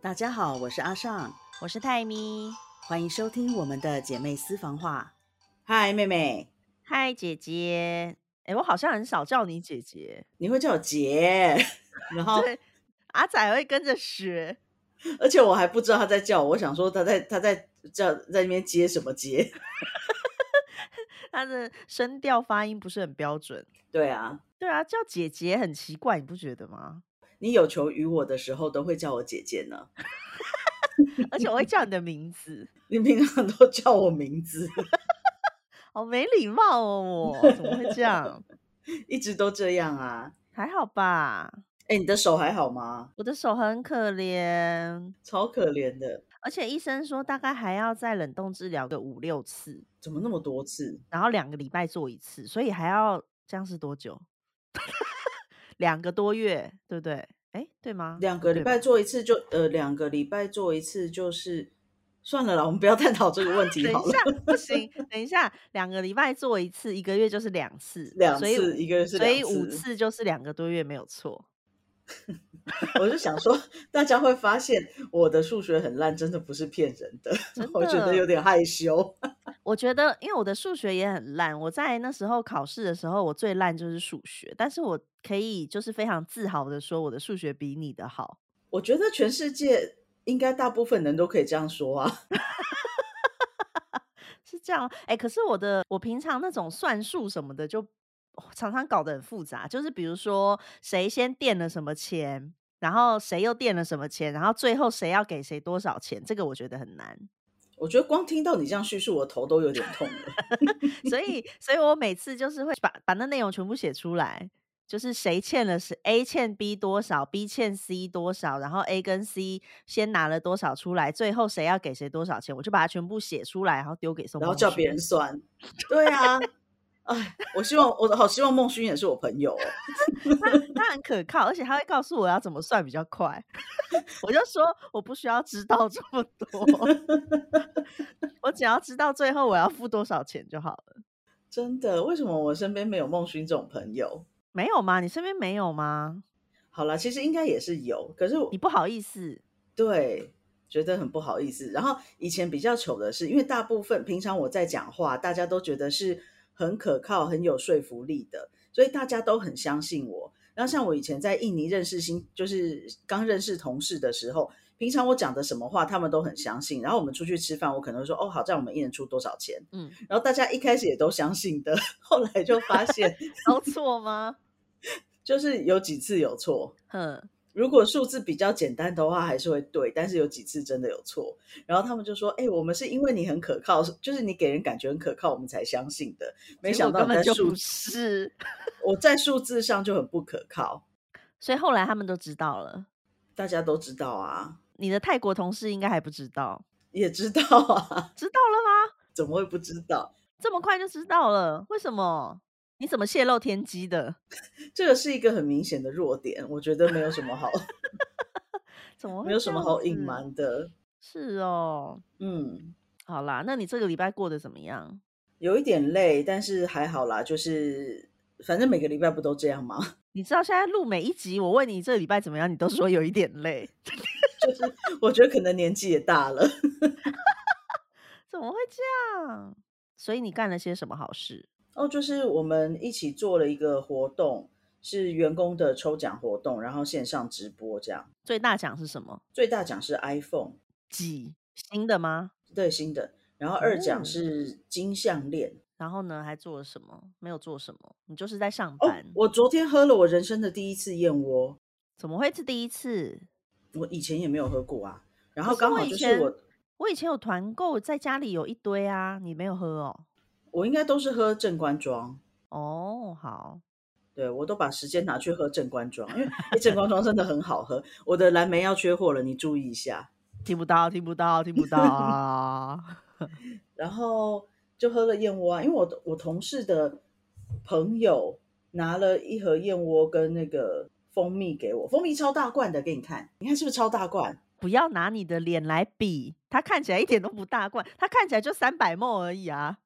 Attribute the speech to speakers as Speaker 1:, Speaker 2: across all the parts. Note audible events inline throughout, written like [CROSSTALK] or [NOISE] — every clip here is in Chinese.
Speaker 1: 大家好，我是阿尚，
Speaker 2: 我是泰咪。
Speaker 1: 欢迎收听我们的姐妹私房话。嗨，妹妹，
Speaker 2: 嗨，姐姐。哎、我好像很少叫你姐姐，
Speaker 1: 你会叫我姐， [LAUGHS] 然后
Speaker 2: 对，阿仔会跟着学。
Speaker 1: 而且我还不知道他在叫我，我想说他在他在叫在那边接什么接？ [LAUGHS]
Speaker 2: 他的声调发音不是很标准。
Speaker 1: 对啊，
Speaker 2: 对啊，叫姐姐很奇怪，你不觉得吗？
Speaker 1: 你有求于我的时候都会叫我姐姐呢，
Speaker 2: 而且我会叫你的名字，
Speaker 1: 你平常都叫我名字， [LAUGHS]
Speaker 2: 好没礼貌哦！我怎么会这样？
Speaker 1: 一直都这样啊。
Speaker 2: 还好吧，
Speaker 1: 哎，你的手还好吗？
Speaker 2: 我的手很可怜，
Speaker 1: 超可怜的，
Speaker 2: 而且医生说大概还要再冷冻治疗个五六次，
Speaker 1: 怎么那么多次？
Speaker 2: 然后两个礼拜做一次，所以还要这样是多久？ [LAUGHS] 两个多月，对不对？哎，对吗？
Speaker 1: 两
Speaker 2: 不
Speaker 1: 个礼
Speaker 2: 对吧
Speaker 1: 拜做一次就呃，两个礼拜做一次就是算了啦，我们不要探讨这个问题
Speaker 2: [LAUGHS] 等
Speaker 1: 好
Speaker 2: 一
Speaker 1: 了。
Speaker 2: 下，不行，等一下，两个礼拜做一次，一个月就是两次，
Speaker 1: 两
Speaker 2: 所以
Speaker 1: 次，一个是
Speaker 2: 所以
Speaker 1: 两
Speaker 2: 五
Speaker 1: 次，
Speaker 2: 次就是两个多月没有错。
Speaker 1: 我就想说，大家会发现我的数学很烂，真的不是骗人的，
Speaker 2: 真
Speaker 1: 我觉得
Speaker 2: 的
Speaker 1: 有点害羞。
Speaker 2: 我觉得，因为我的数学也很烂，我在那时候考试的时候，我最烂就是数学，但是我可以就是非常自豪的说，我的数学比你的好。
Speaker 1: 我觉得全世界应该大部分人都可以这样说啊。
Speaker 2: 是这样吗，哎、可是我的我平常那种算术什么的就，常常搞得很复杂，就是比如说谁先垫了什么钱，然后谁又垫了什么钱，然后最后谁要给谁多少钱，这个我觉得很难。
Speaker 1: 我觉得光听到你这样叙述，我头都有点痛了。[LAUGHS]
Speaker 2: 所以，所以我每次就是会把把那内容全部写出来，就是谁欠了是 A 欠 B 多少，B 欠 C 多少，然后 A 跟 C 先拿了多少出来，最后谁要给谁多少钱，我就把它全部写出来，然后丢给宋
Speaker 1: 然后
Speaker 2: 梦
Speaker 1: 叫别
Speaker 2: 轩
Speaker 1: 人算，对啊。哎，我希望我好希望孟勋也是我朋友哦。
Speaker 2: 他很可靠，而且他会告诉我要怎么算比较快。 [LAUGHS] 我就说我不需要知道这么多， [LAUGHS] 我只要知道最后我要付多少钱就好了。
Speaker 1: 真的，为什么我身边没有孟勋这种朋友？
Speaker 2: 没有吗？你身边没有吗？
Speaker 1: 好啦，其实应该也是有，可是我
Speaker 2: 你不好意思，
Speaker 1: 对觉得很不好意思。然后以前比较糗的是，因为大部分平常我在讲话，大家都觉得是很可靠、很有说服力的，所以大家都很相信我。然后像我以前在印尼认识新，就是刚认识同事的时候，平常我讲的什么话，他们都很相信。然后我们出去吃饭，我可能会说：“哦，好，这样我们一人出多少钱？” [LAUGHS]
Speaker 2: 嗯，
Speaker 1: 然后大家一开始也都相信的， [LAUGHS] 后来就发现
Speaker 2: 搞错吗？
Speaker 1: 就是有几次有错，
Speaker 2: 哼。
Speaker 1: 如果数字比较简单的话，还是会对，但是有几次真的有错。然后他们就说：“哎、我们是因为你很可靠，就是你给人感觉很可靠，我们才相信的。”没
Speaker 2: 结
Speaker 1: 想
Speaker 2: 果
Speaker 1: 到
Speaker 2: 根
Speaker 1: 你在
Speaker 2: 本就
Speaker 1: 数
Speaker 2: 不，是，
Speaker 1: 我在数字上就很不可靠，
Speaker 2: 所以后来他们都知道了。
Speaker 1: 大家都知道啊，
Speaker 2: 你的泰国同事应该还不知道，
Speaker 1: 也知道啊， [LAUGHS]
Speaker 2: 知道了吗？
Speaker 1: 怎么会不知道？
Speaker 2: 这么快就知道了，为什么？你怎么泄露天机的？
Speaker 1: 这个是一个很明显的弱点，我觉得没有什么
Speaker 2: [LAUGHS]
Speaker 1: 好，
Speaker 2: 怎么会
Speaker 1: 没有
Speaker 2: 哦这
Speaker 1: 什么
Speaker 2: 样
Speaker 1: 好隐
Speaker 2: 子？
Speaker 1: 瞒的。
Speaker 2: 是哦，
Speaker 1: 嗯，
Speaker 2: 好啦，那你这个礼拜过得怎么样？
Speaker 1: 有一点累，但是还好啦，就是反正每个礼拜不都这样吗？ [LAUGHS]
Speaker 2: 你知道现在录每一集，我问你这个礼拜怎么样，你都说有一点累，
Speaker 1: 就是我觉得可能年纪也大了。
Speaker 2: 怎么会这样？所以你干了些什么好事？
Speaker 1: 哦，就是我们一起做了一个活动，是员工的抽奖活动，然后线上直播这样。
Speaker 2: 最大奖是什么？
Speaker 1: 最大奖是 iPhone，
Speaker 2: 几新的吗？
Speaker 1: 对新的，然后二奖
Speaker 2: 哦
Speaker 1: 是金项链。
Speaker 2: 然后呢，还做了什么？没有做什么，你就是在上
Speaker 1: 哦
Speaker 2: 班。，
Speaker 1: 我昨天喝了我人生的第一次燕窝，
Speaker 2: 怎么会是第一次？
Speaker 1: 我以前也没有喝过啊。然
Speaker 2: 可
Speaker 1: 后
Speaker 2: 是
Speaker 1: 刚
Speaker 2: 我
Speaker 1: 好
Speaker 2: 以
Speaker 1: 就是我
Speaker 2: 前，我以前有团购，在家里有一堆啊，你没有喝哦？
Speaker 1: 我应该都是喝正官庄。
Speaker 2: 哦，好，
Speaker 1: 对，我都把时间拿去喝正官庄，因为诶正官庄真的很好喝。我的蓝莓要缺货了，你注意一下。
Speaker 2: 听不到，听不到，听不到啊！
Speaker 1: 然后就喝了燕窝啊，因为我的我同事的朋友拿了一盒燕窝跟那个蜂蜜给我，蜂蜜超大罐的，给你看，你看是不是超大罐？
Speaker 2: 不要拿你的脸来比，它看起来一点都不大罐，它看起来就三百沫而已啊！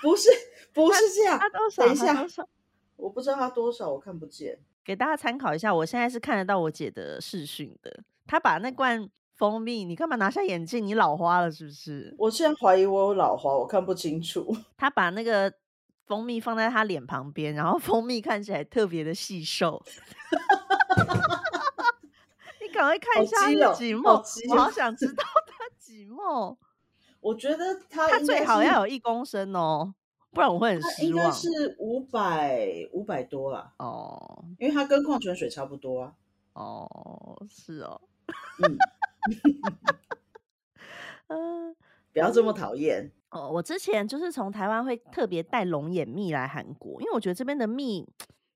Speaker 1: 不是，不是这样
Speaker 2: 它，多少？
Speaker 1: 啊等一
Speaker 2: 它
Speaker 1: 下
Speaker 2: 多少？
Speaker 1: 我不知道它多少，我看不见。
Speaker 2: 给大家参考一下，我现在是看得到我姐的视讯的，他把那罐蜂蜜，你干嘛拿下眼镜？你老花了是不是？
Speaker 1: 我现在怀疑我有老花，我看不清楚。
Speaker 2: 他把那个蜂蜜放在他脸旁边，然后蜂蜜看起来特别的细瘦。你赶快看一下他
Speaker 1: 鸡
Speaker 2: 的
Speaker 1: 哦
Speaker 2: 几
Speaker 1: 好
Speaker 2: 墨，
Speaker 1: 鸡
Speaker 2: 我好
Speaker 1: 哦
Speaker 2: 想知道他几墨。
Speaker 1: 我觉得他
Speaker 2: 他
Speaker 1: 啊应
Speaker 2: 最
Speaker 1: 该
Speaker 2: 好
Speaker 1: 是
Speaker 2: 要有一公升哦，不然我会很
Speaker 1: 他
Speaker 2: 失
Speaker 1: 应该
Speaker 2: 望
Speaker 1: 是五百五百多啦，
Speaker 2: 哦。
Speaker 1: 因为它跟矿泉水差不多啊。
Speaker 2: 哦，是哦，
Speaker 1: 嗯，
Speaker 2: [LAUGHS] 嗯、
Speaker 1: 不要这么讨厌。
Speaker 2: 哦，我之前就是从台湾会特别带龙眼蜜来韩国，因为我觉得这边的蜜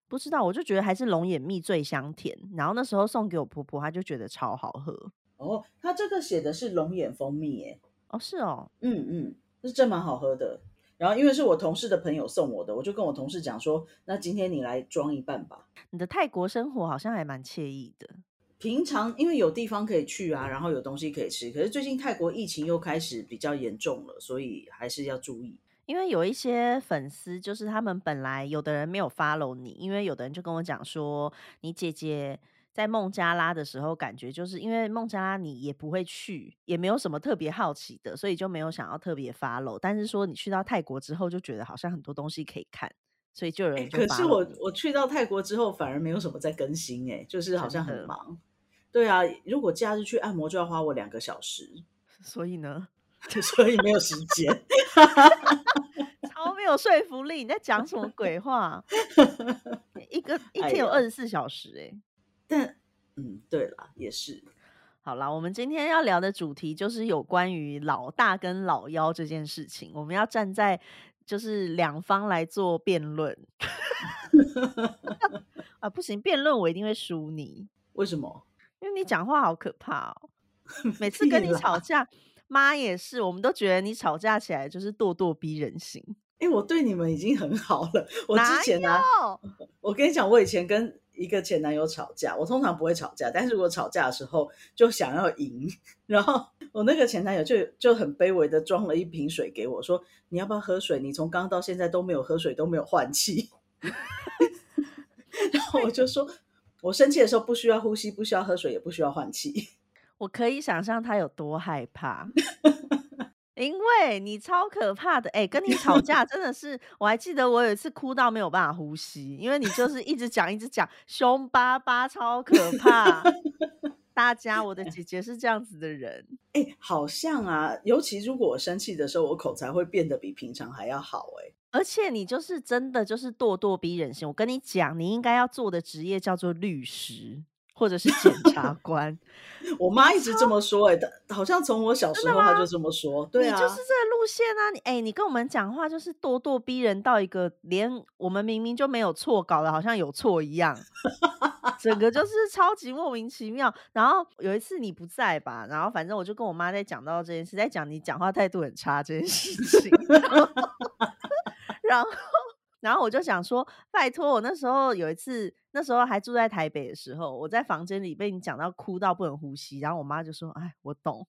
Speaker 2: 不知道，我就觉得还是龙眼蜜最香甜。然后那时候送给我婆婆，她就觉得超好喝。
Speaker 1: 哦，它这个写的是龙眼蜂蜜耶，
Speaker 2: 哦，是哦，
Speaker 1: 嗯嗯，是真蛮好喝的。然后因为是我同事的朋友送我的，我就跟我同事讲说，那今天你来装一半吧。
Speaker 2: 你的泰国生活好像还蛮惬意的。
Speaker 1: 平常因为有地方可以去啊，然后有东西可以吃，可是最近泰国疫情又开始比较严重了，所以还是要注意。
Speaker 2: 因为有一些粉丝，就是他们本来有的人没有 follow 你，因为有的人就跟我讲说，你姐姐在孟加拉的时候，感觉就是因为孟加拉你也不会去，也没有什么特别好奇的，所以就没有想要特别 follow。但是说你去到泰国之后，就觉得好像很多东西可以看，所以就有人就
Speaker 1: 可是
Speaker 2: follow
Speaker 1: 我
Speaker 2: 你。
Speaker 1: 我去到泰国之后，反而没有什么在更新、欸，就是好
Speaker 2: 真
Speaker 1: 像很
Speaker 2: 的
Speaker 1: 忙。对啊，如果假日去按摩就要花我两个小时， [LAUGHS]
Speaker 2: 所以呢， [LAUGHS]
Speaker 1: 所以没有时间。
Speaker 2: 超没有说服力，你在讲什么
Speaker 1: [LAUGHS]
Speaker 2: 鬼话？一个一
Speaker 1: 哎
Speaker 2: 天有
Speaker 1: 呦
Speaker 2: 二十四小时、欸，
Speaker 1: 但嗯，对啦，也是。
Speaker 2: 好啦，我们今天要聊的主题就是有关于老大跟老幺这件事情，我们要站在就是两方来做辩
Speaker 1: [LAUGHS]
Speaker 2: 论啊，不行，辩论我一定会输你，
Speaker 1: 为什么？
Speaker 2: 因为你讲话好可
Speaker 1: [LAUGHS]
Speaker 2: 怕哦，每次跟
Speaker 1: 屁
Speaker 2: 你
Speaker 1: 啦
Speaker 2: 吵架，妈也是，我们都觉得你吵架起来就是咄咄逼人心，
Speaker 1: 哎、我对你们已经很好了。我
Speaker 2: 哪
Speaker 1: 之前啊呢、
Speaker 2: 有？
Speaker 1: 我跟你讲，我以前跟一个前男友吵架，我通常不会吵架，但是我吵架的时候就想要赢， [LAUGHS] 然后我那个前男友就就很卑微的装了一瓶水给我，说你要不要喝水？你从刚刚到现在都没有喝水，都没有换气。 [LAUGHS] 然后我就说，我生气的时候不需要呼吸，不需要喝水，也不需要换气。
Speaker 2: 我可以想象他有多害怕，因为你超可怕的。哎、跟你吵架真的是，我还记得我有一次哭到没有办法呼吸，因为你就是一直讲一直讲，凶巴巴，超可怕。大家，我的姐姐是这样子的人，
Speaker 1: 哎、好像啊，尤其如果我生气的时候，我口才会变得比平常还要好、哎。
Speaker 2: 而且你就是真的就是咄咄逼人心。我跟你讲，你应该要做的职业叫做律师或者是检察官。
Speaker 1: 我妈一直这么说、欸，哎，好像从我小时候她就这么说，对啊，
Speaker 2: 你就是这个路线啊！你哎、你跟我们讲话就是咄咄逼人到一个连我们明明就没有错，搞得好像有错一
Speaker 1: [LAUGHS]
Speaker 2: 样，整个就是超级莫名其妙。然后有一次你不在吧，然后反正我就跟我妈在讲到这件事，在讲你讲话态度很差这件事情， [LAUGHS] 然后。然后我就想说，拜托，我那时候有一次，那时候还住在台北的时候，我在房间里被你讲到哭到不能呼吸，然后我妈就说：“哎，我懂，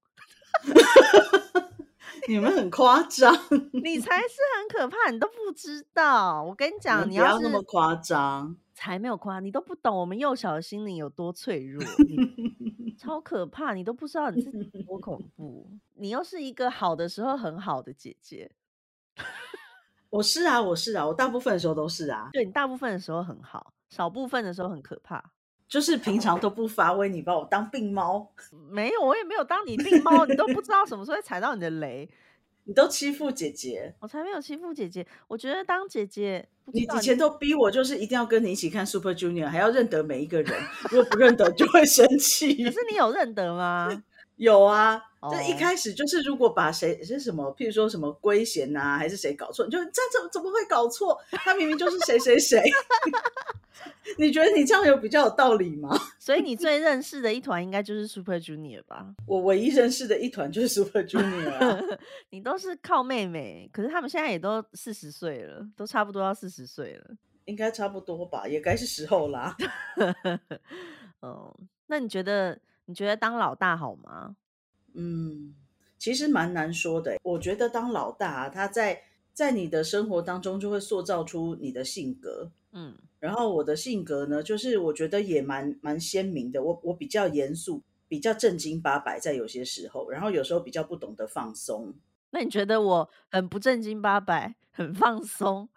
Speaker 1: 你们很夸张， [LAUGHS]
Speaker 2: 你才是很可怕，你都不知道。我跟你
Speaker 1: 你
Speaker 2: 讲，
Speaker 1: 们
Speaker 2: 你
Speaker 1: 不要
Speaker 2: 是
Speaker 1: 那么夸张。
Speaker 2: 才没有夸，你都不懂我们幼小的心灵有多脆弱，
Speaker 1: [LAUGHS]
Speaker 2: 你超可怕，你都不知道你自己有多恐怖。你又是一个好的时候很好的姐姐，
Speaker 1: 我是啊，我是啊，我大部分的时候都是啊，
Speaker 2: 对你大部分的时候很好，少部分的时候很可怕。
Speaker 1: 就是平常都不发威，你把我当病猫，
Speaker 2: 没有，我也没有当你病猫，你都不知道什么时候会踩到你的雷。
Speaker 1: 你都欺负姐姐，
Speaker 2: 我才没有欺负姐姐，我觉得当姐姐，不知
Speaker 1: 你
Speaker 2: 道
Speaker 1: 以前都逼我，就是一定要跟你一起看 Super Junior，还要认得每一个人，如果不认得就会生
Speaker 2: 可 [LAUGHS]
Speaker 1: 气。
Speaker 2: 是你有认得吗？
Speaker 1: [LAUGHS] 有啊，就一
Speaker 2: 哦
Speaker 1: 开始就是如果把谁是什么，譬如说什么圭贤啊，还是谁搞错，你就这怎么怎么会搞错？他明明就是谁谁 [LAUGHS]
Speaker 2: [LAUGHS]
Speaker 1: 谁。你觉得你这样有比较有道理吗？
Speaker 2: 所以你最认识的一团应该就是 Super Junior 吧？
Speaker 1: 我唯一认识的一团就是 Super Junior，、啊、
Speaker 2: 你都是靠妹妹，可是他们现在也都四十岁了，都差不多要四十岁了。
Speaker 1: 应该差不多吧，也该是时候啦。
Speaker 2: 嗯，那你觉得你觉得当老大好吗？
Speaker 1: 嗯，其实蛮难说的欸。我觉得当老大、啊，他在在你的生活当中就会塑造出你的性格，
Speaker 2: 嗯，
Speaker 1: 然后我的性格呢，就是我觉得也蛮蛮鲜明的，我我比较严肃，比较正经八百，在有些时候，然后有时候比较不懂得放松。
Speaker 2: 那你觉得我很不正经八百，很放松？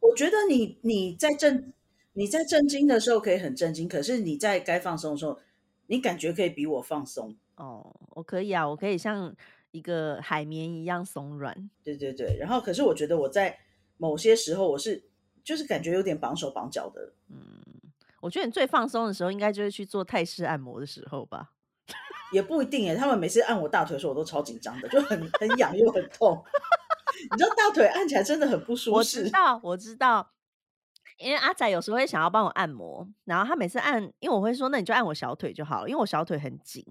Speaker 1: 我觉得你你在正你在震惊的时候可以很震惊，可是你在该放松的时候，你感觉可以比我放松。
Speaker 2: 哦，我可以啊，我可以像一个海绵一样松软。
Speaker 1: 对对对，然后可是我觉得我在某些时候我是就是感觉有点绑手绑脚的，
Speaker 2: 嗯，我觉得你最放松的时候，应该就是去做泰式按摩的时候吧。
Speaker 1: 也不一定耶。他们每次按我大腿的时候，我都超紧张的，就很很痒又很痛。 [LAUGHS] 你知道大腿按起来真的很不 [LAUGHS] 舒
Speaker 2: 我知
Speaker 1: 适。
Speaker 2: 道，我知道，因为阿仔有时候会想要帮我按摩，然后他每次按，因为我会说，那你就按我小腿就好了，因为我小腿很紧。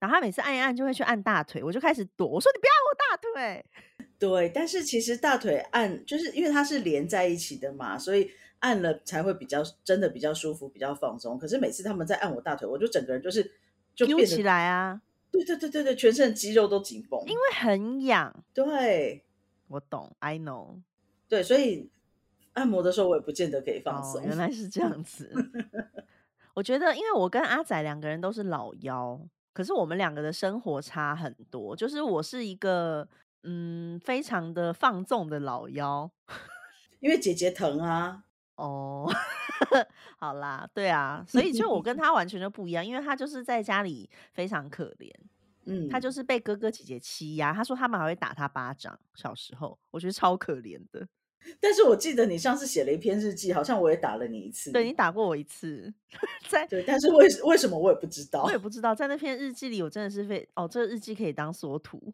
Speaker 2: 然后他每次按一按就会去按大腿，我就开始躲，我说你不要按我大腿。
Speaker 1: 对，但是其实大腿按就是因为它是连在一起的嘛，所以按了才会比较真的比较舒服，比较放松。可是每次他们在按我大腿，我就整个人就是就
Speaker 2: 揪
Speaker 1: 变
Speaker 2: 起
Speaker 1: 得
Speaker 2: 来啊，
Speaker 1: 对对对对对，全身的肌肉都紧绷。因为
Speaker 2: 会很痒。
Speaker 1: 对
Speaker 2: 我懂，I know。
Speaker 1: 对，所以按摩的时候我也不见得可以放
Speaker 2: 哦
Speaker 1: 松，。
Speaker 2: 原来是这样子。
Speaker 1: [LAUGHS]
Speaker 2: 我觉得，因为我跟阿仔两个人都是老妖，可是我们两个的生活差很多。就是我是一个嗯，非常的放纵的老妖
Speaker 1: 因为姐姐疼啊，
Speaker 2: 哦。 [LAUGHS] 好啦，对啊，所以就我跟他完全就不一样，因为他就是在家里非常可怜，
Speaker 1: 嗯，
Speaker 2: 他就是被哥哥姐姐欺压。他说他们还会打他巴掌，小时候我觉得超可怜的。
Speaker 1: 但是我记得你上次写了一篇日记，好像我也打了你一次。
Speaker 2: 对你打过我一次，在
Speaker 1: 对，但是为为什么我也不知道
Speaker 2: 我。也不知道，在那篇日记里，我真的是非哦，这个日记可以当缩图。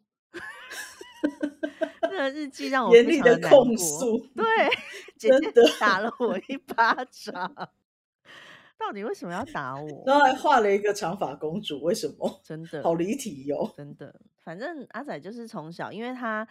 Speaker 2: 这个日记让我
Speaker 1: 严
Speaker 2: 非
Speaker 1: 厉
Speaker 2: 常
Speaker 1: 的
Speaker 2: 难
Speaker 1: 控
Speaker 2: 过
Speaker 1: 诉
Speaker 2: 对，姐
Speaker 1: 真
Speaker 2: 姐
Speaker 1: 的
Speaker 2: 打了我一巴掌。到底为什么要打我？
Speaker 1: 然后还画了一个长发公主，为什
Speaker 2: [LAUGHS]
Speaker 1: 么？
Speaker 2: 真的，
Speaker 1: 好离题哟、
Speaker 2: 真的，反正阿仔就是从小，因为他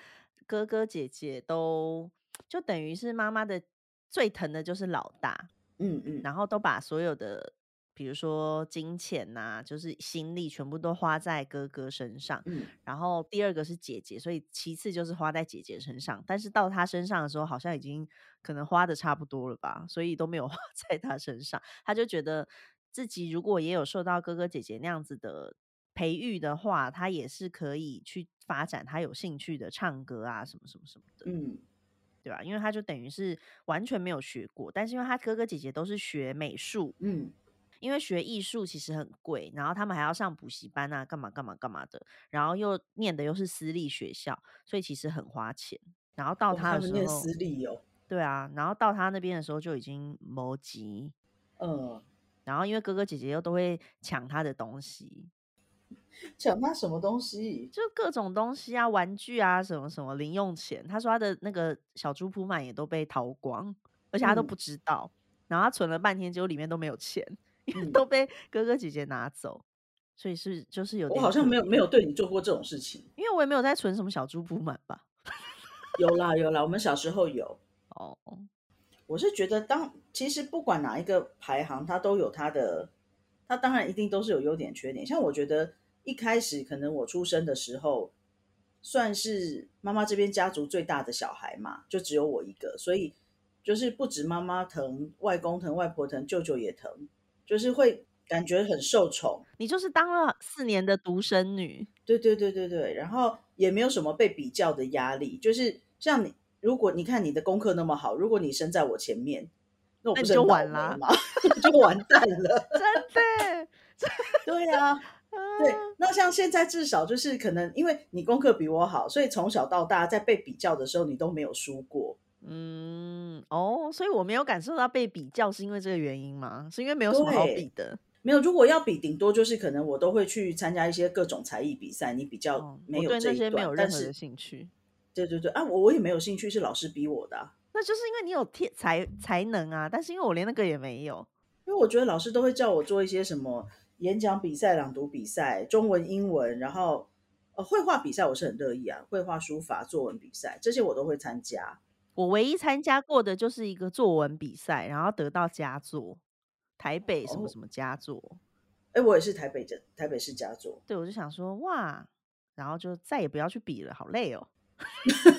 Speaker 2: 哥哥姐姐都就等于是妈妈的最疼的就是老大，
Speaker 1: 嗯嗯，
Speaker 2: 然后都把所有的，比如说金钱呐、就是心力，全部都花在哥哥身上。
Speaker 1: 嗯，
Speaker 2: 然后第二个是姐姐，所以其次就是花在姐姐身上。但是到她身上的时候，好像已经可能花的差不多了吧，所以都没有花 [LAUGHS] 在她身上。她就觉得自己如果也有受到哥哥姐姐那样子的培育的话，她也是可以去发展她有兴趣的唱歌啊，什么什么什么的。
Speaker 1: 嗯，
Speaker 2: 对吧、因为他就等于是完全没有学过，但是因为他哥哥姐姐都是学美术，
Speaker 1: 嗯，
Speaker 2: 因为学艺术其实很贵，然后他们还要上补习班啊，干嘛干嘛干嘛的，然后又念的又是私立学校，所以其实很花钱。然后到
Speaker 1: 哇，哦
Speaker 2: 他
Speaker 1: 嗯他们
Speaker 2: 的时
Speaker 1: 念
Speaker 2: 候
Speaker 1: 私，立哦，
Speaker 2: 对啊，然后到他那边的时候就已经谋急，
Speaker 1: 嗯，
Speaker 2: 然后因为哥哥姐姐又都会抢他的东西，
Speaker 1: 抢他什么东西？
Speaker 2: 就各种东西啊、玩具啊、什么什么零用钱，他说他的那个小猪铺满也都被掏光，而且他都
Speaker 1: 嗯
Speaker 2: 不知道，然后他存了半天，结果里面都没有钱， [LAUGHS] 因为
Speaker 1: 嗯
Speaker 2: 都被哥哥姐姐拿走，所以是就是有
Speaker 1: 我
Speaker 2: 点
Speaker 1: 好像
Speaker 2: 可
Speaker 1: 没有没有对你做过这种事情。
Speaker 2: 因为我也没有在存什么小猪补满吧。
Speaker 1: 有啦有啦，我们小时候有。
Speaker 2: 哦，
Speaker 1: 我是觉得当其实不管哪一个排行，它都有它的，它当然一定都是有优点缺点。像我觉得一开始可能我出生的时候，算是妈妈这边家族最大的小孩嘛，就只有我一个，所以就是不止妈妈疼，外公疼，外婆疼，舅舅也疼，就是会感觉很受宠。
Speaker 2: 你就是
Speaker 1: [LAUGHS]
Speaker 2: 当了四年的独生女，
Speaker 1: 对对对对对，然后也没有什么被比较的压力，就是像你，如果你看你的功课那么好，如果你生在我前面，那我
Speaker 2: 那
Speaker 1: 不
Speaker 2: 你
Speaker 1: 是
Speaker 2: 就
Speaker 1: 很倒
Speaker 2: 完
Speaker 1: 霉
Speaker 2: 啦
Speaker 1: 吗？ [LAUGHS] 就完蛋
Speaker 2: [LAUGHS]
Speaker 1: 了。
Speaker 2: 真的
Speaker 1: 对啊，对。那像现在至少就是可能因为你功课比我好，所以从小到大在被比较的时候，你都没有输过。
Speaker 2: [LAUGHS] 嗯，哦，所以我没有感受到被比较，是因为这个原因吗？是因为没有什么好
Speaker 1: 对
Speaker 2: 比的。
Speaker 1: 没有，如果要比，顶多就是可能我都会去参加一些各种才艺比赛，你比较
Speaker 2: 哦，
Speaker 1: 呃没
Speaker 2: 我
Speaker 1: 有
Speaker 2: 对
Speaker 1: 这
Speaker 2: 那
Speaker 1: 一
Speaker 2: 些没
Speaker 1: 段
Speaker 2: 有。任
Speaker 1: 但
Speaker 2: 何的
Speaker 1: 是，
Speaker 2: 兴趣。
Speaker 1: 对对对啊，我我也没有兴趣，是老师逼我的啊、
Speaker 2: 那就是因为你有天才才能啊，但是因为我连那个也没有。
Speaker 1: 因为我觉得老师都会叫我做一些什么演讲比赛、朗读比赛、中文、英文，然后呃绘画比赛我是很乐意啊，绘画、书法、作文比赛这些我都会参加。
Speaker 2: 我唯一参加过的就是一个作文比赛，然后得到佳作，台北什么
Speaker 1: 哦
Speaker 2: 什么佳作。
Speaker 1: 哎，我也是台北的台北市佳作，
Speaker 2: 对，我就想说哇，然后就再也不要去比了，好累哦。 [LAUGHS]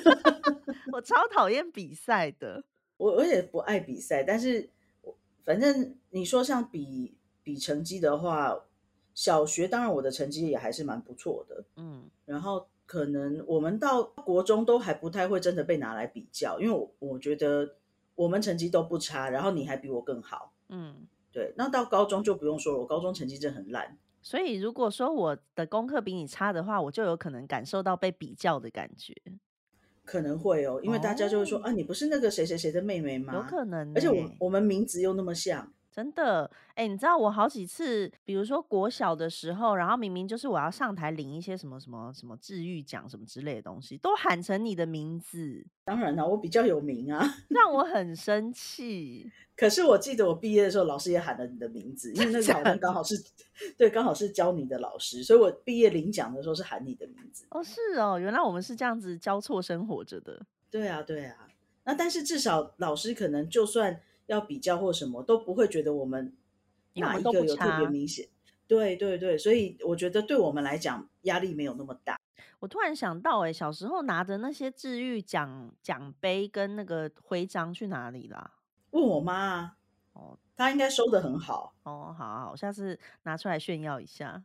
Speaker 2: 我超讨厌比赛的，
Speaker 1: 我我也不爱比赛，但是我反正你说像比比成绩的话，小学当然我的成绩也还是蛮不错的，
Speaker 2: 嗯，
Speaker 1: 然后可能我们到国中都还不太会真的被拿来比较，因为我我觉得我们成绩都不差，然后你还比我更好。
Speaker 2: 嗯，
Speaker 1: 对，那到高中就不用说了，我高中成绩真的很烂。
Speaker 2: 所以如果说我的功课比你差的话，我就有可能感受到被比较的感觉，
Speaker 1: 可能会哦，因为大家就会说、
Speaker 2: 哦
Speaker 1: 啊，你不是那个谁谁谁的妹妹吗？
Speaker 2: 有可能、欸。
Speaker 1: 而且我我们名字又那么像，
Speaker 2: 真的，哎、你知道我好几次，比如说国小的时候，然后明明就是我要上台领一些什么什么什么治愈奖什么之类的东西，都喊成你的名字，
Speaker 1: 当然啦，我比较有名啊。 [LAUGHS]
Speaker 2: 让我很生气。
Speaker 1: 可是我记得我毕业的时候，老师也喊了你的名字，因为
Speaker 2: [LAUGHS]
Speaker 1: 那个好像刚好是对，刚好是教你的老师，所以我毕业领奖的时候是喊你的名字。
Speaker 2: 哦，是哦，原来我们是这样子交错生活着的。
Speaker 1: 对啊，对啊。那但是至少老师可能就算要比较或什么，都不会觉得我们
Speaker 2: 因为
Speaker 1: 哪
Speaker 2: 我们
Speaker 1: 一
Speaker 2: 都
Speaker 1: 个
Speaker 2: 不
Speaker 1: 有特别
Speaker 2: 差
Speaker 1: 明显。对对对，所以我觉得对我们来讲压力没有那么大。
Speaker 2: 我突然想到、哎，小时候拿着那些治愈奖奖杯跟那个徽章去哪里啊啦、
Speaker 1: 问我妈啊，
Speaker 2: 哦
Speaker 1: 她应该收的很好。
Speaker 2: 哦，好啊好，我下次拿出来炫耀一下。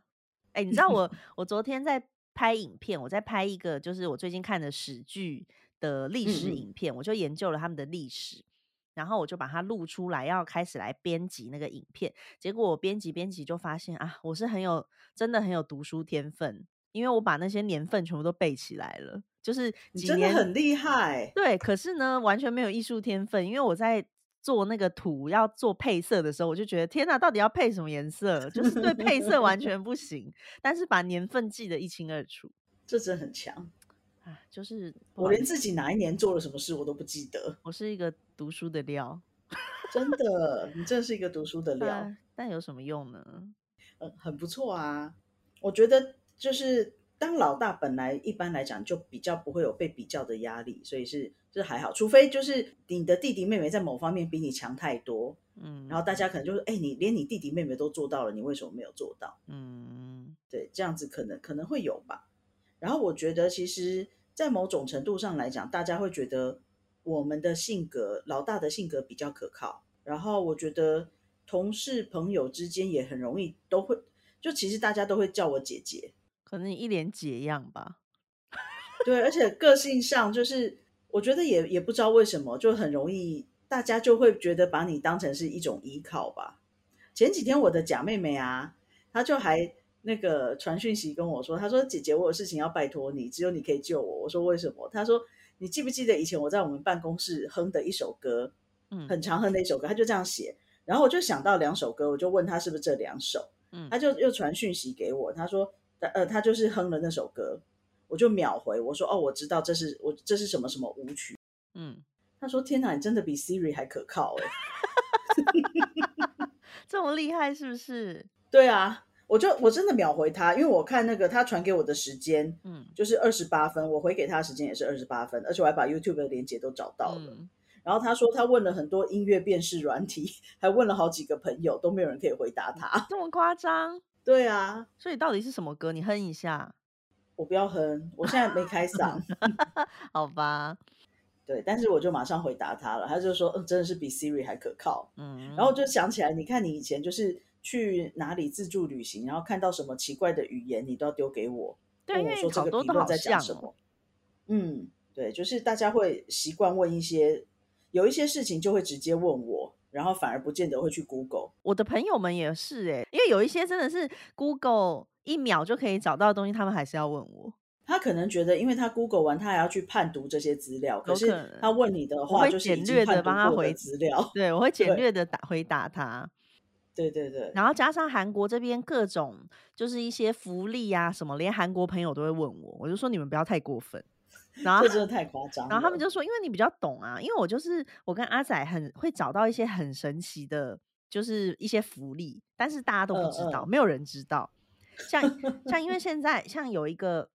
Speaker 2: 哎、你知道
Speaker 1: [LAUGHS]
Speaker 2: 我我昨天在拍影片，我在拍一个就是我最近看的史剧的历史
Speaker 1: 嗯嗯
Speaker 2: 影片，我就研究了他们的历史，然后我就把它录出来，要开始来编辑那个影片。结果我编辑编辑就发现啊，我是很有真的很有读书天分，因为我把那些年份全部都背起来了，就是
Speaker 1: 你
Speaker 2: 几
Speaker 1: 真的
Speaker 2: 年
Speaker 1: 很厉害，
Speaker 2: 对，可是呢，完全没有艺术天分，因为我在做那个图要做配色的时候，我就觉得天哪，到底要配什么颜色？就是对配色完全不行，但是把年份记得一清二楚
Speaker 1: 这真的很强。
Speaker 2: 啊，就是不
Speaker 1: 我
Speaker 2: 好意
Speaker 1: 连
Speaker 2: 思，
Speaker 1: 自己哪一年做了什么事我都不记得，
Speaker 2: 我是一个读书的料，
Speaker 1: 真的，你真是一个读书的料。
Speaker 2: 啊但有什么用呢？
Speaker 1: 呃，很不错啊。我觉得就是当老大，本来一般来讲就比较不会有被比较的压力，所以是这还好。除非就是你的弟弟妹妹在某方面比你强太多，
Speaker 2: 嗯，
Speaker 1: 然后大家可能就是哎、你连你弟弟妹妹都做到了，你为什么没有做到？
Speaker 2: 嗯，
Speaker 1: 对，这样子可能可能会有吧。然后我觉得其实，在某种程度上来讲，大家会觉得我们的性格，老大的性格比较可靠。然后我觉得同事朋友之间也很容易都会，就其实大家都会叫我姐姐。
Speaker 2: 可能你一脸解样吧。
Speaker 1: 对，而且个性上就是，我觉得也也不知道为什么，就很容易大家就会觉得把你当成是一种依靠吧。前几天我的假妹妹啊，她就还那个传讯息跟我说，她说姐姐，我有事情要拜托你，只有你可以救我。我说为什么？她说你记不记得以前我在我们办公室哼的一首歌，
Speaker 2: 嗯
Speaker 1: 很长哼的一首歌，她就这样写。然后我就想到两首歌，我就问她是不是这两首。
Speaker 2: 嗯
Speaker 1: 他，就又传讯息给我，他说，呃，他就是哼了那首歌，我就秒回，我说，哦，我知道这是我这是什么什么舞曲。
Speaker 2: 嗯，
Speaker 1: 他说，天哪，你真的比 Siri 还可靠哎、
Speaker 2: 这么厉害是不是？
Speaker 1: 对啊，我就我真的秒回他，因为我看那个他传给我的时间
Speaker 2: 嗯
Speaker 1: 就是二十八分，我回给他的时间也是二十八分，而且我还把 YouTube 的链接都找 [LAUGHS] 到了。
Speaker 2: 嗯，
Speaker 1: 然后他说他问了很多音乐辨识软体，还问了好几个朋友，都没有人可以回答他。 [LAUGHS]
Speaker 2: 这么夸张？
Speaker 1: 对啊，
Speaker 2: 所以到底是什么歌？你哼一下，
Speaker 1: 我不要哼，我现在没开嗓。
Speaker 2: 好吧？
Speaker 1: 对，但是我就马上回答他了，他就说，嗯，真的是比 Siri 还可靠。
Speaker 2: 嗯，
Speaker 1: 然后我就想起来，你看你以前就是去哪里自助旅行，然后看到什么奇怪的语言，你都要丢给我，
Speaker 2: 对，
Speaker 1: 问
Speaker 2: 因
Speaker 1: 哦我
Speaker 2: 为
Speaker 1: 说这
Speaker 2: 好
Speaker 1: 个
Speaker 2: 多
Speaker 1: 评
Speaker 2: 都
Speaker 1: 论
Speaker 2: 好
Speaker 1: 在讲
Speaker 2: 像
Speaker 1: 什
Speaker 2: 哦
Speaker 1: 么。嗯，对，就是大家会习惯问一些，有一些事情就会直接问我，然后反而不见得会去 Google。
Speaker 2: 我的朋友们也是哎、因为有一些真的是 Google 一秒就可以找到的东西，他们还是要问我。
Speaker 1: 他可能觉得，因为他 Google 完，他还要去判读这些资料，可
Speaker 2: 有
Speaker 1: 是
Speaker 2: 可能
Speaker 1: 他问你的
Speaker 2: 我
Speaker 1: 话，
Speaker 2: 会
Speaker 1: 就是
Speaker 2: 简
Speaker 1: 已
Speaker 2: 略
Speaker 1: 经
Speaker 2: 地
Speaker 1: 判读
Speaker 2: 帮他
Speaker 1: 过
Speaker 2: 回
Speaker 1: 的资料。
Speaker 2: 对，我会简
Speaker 1: 对
Speaker 2: 略的打回答他，
Speaker 1: 对对对，
Speaker 2: 然后加上韩国这边各种就是一些福利啊什么，连韩国朋友都会问我，我就说你们不要太过分。然后
Speaker 1: 这真的太夸张了。
Speaker 2: 然后他们就说，因为你比较懂啊，因为我就是我跟阿仔很会找到一些很神奇的，就是一些福利，但是大家都不
Speaker 1: 嗯
Speaker 2: 知道，没有人知道。像像
Speaker 1: [LAUGHS]
Speaker 2: 因为现在像有一个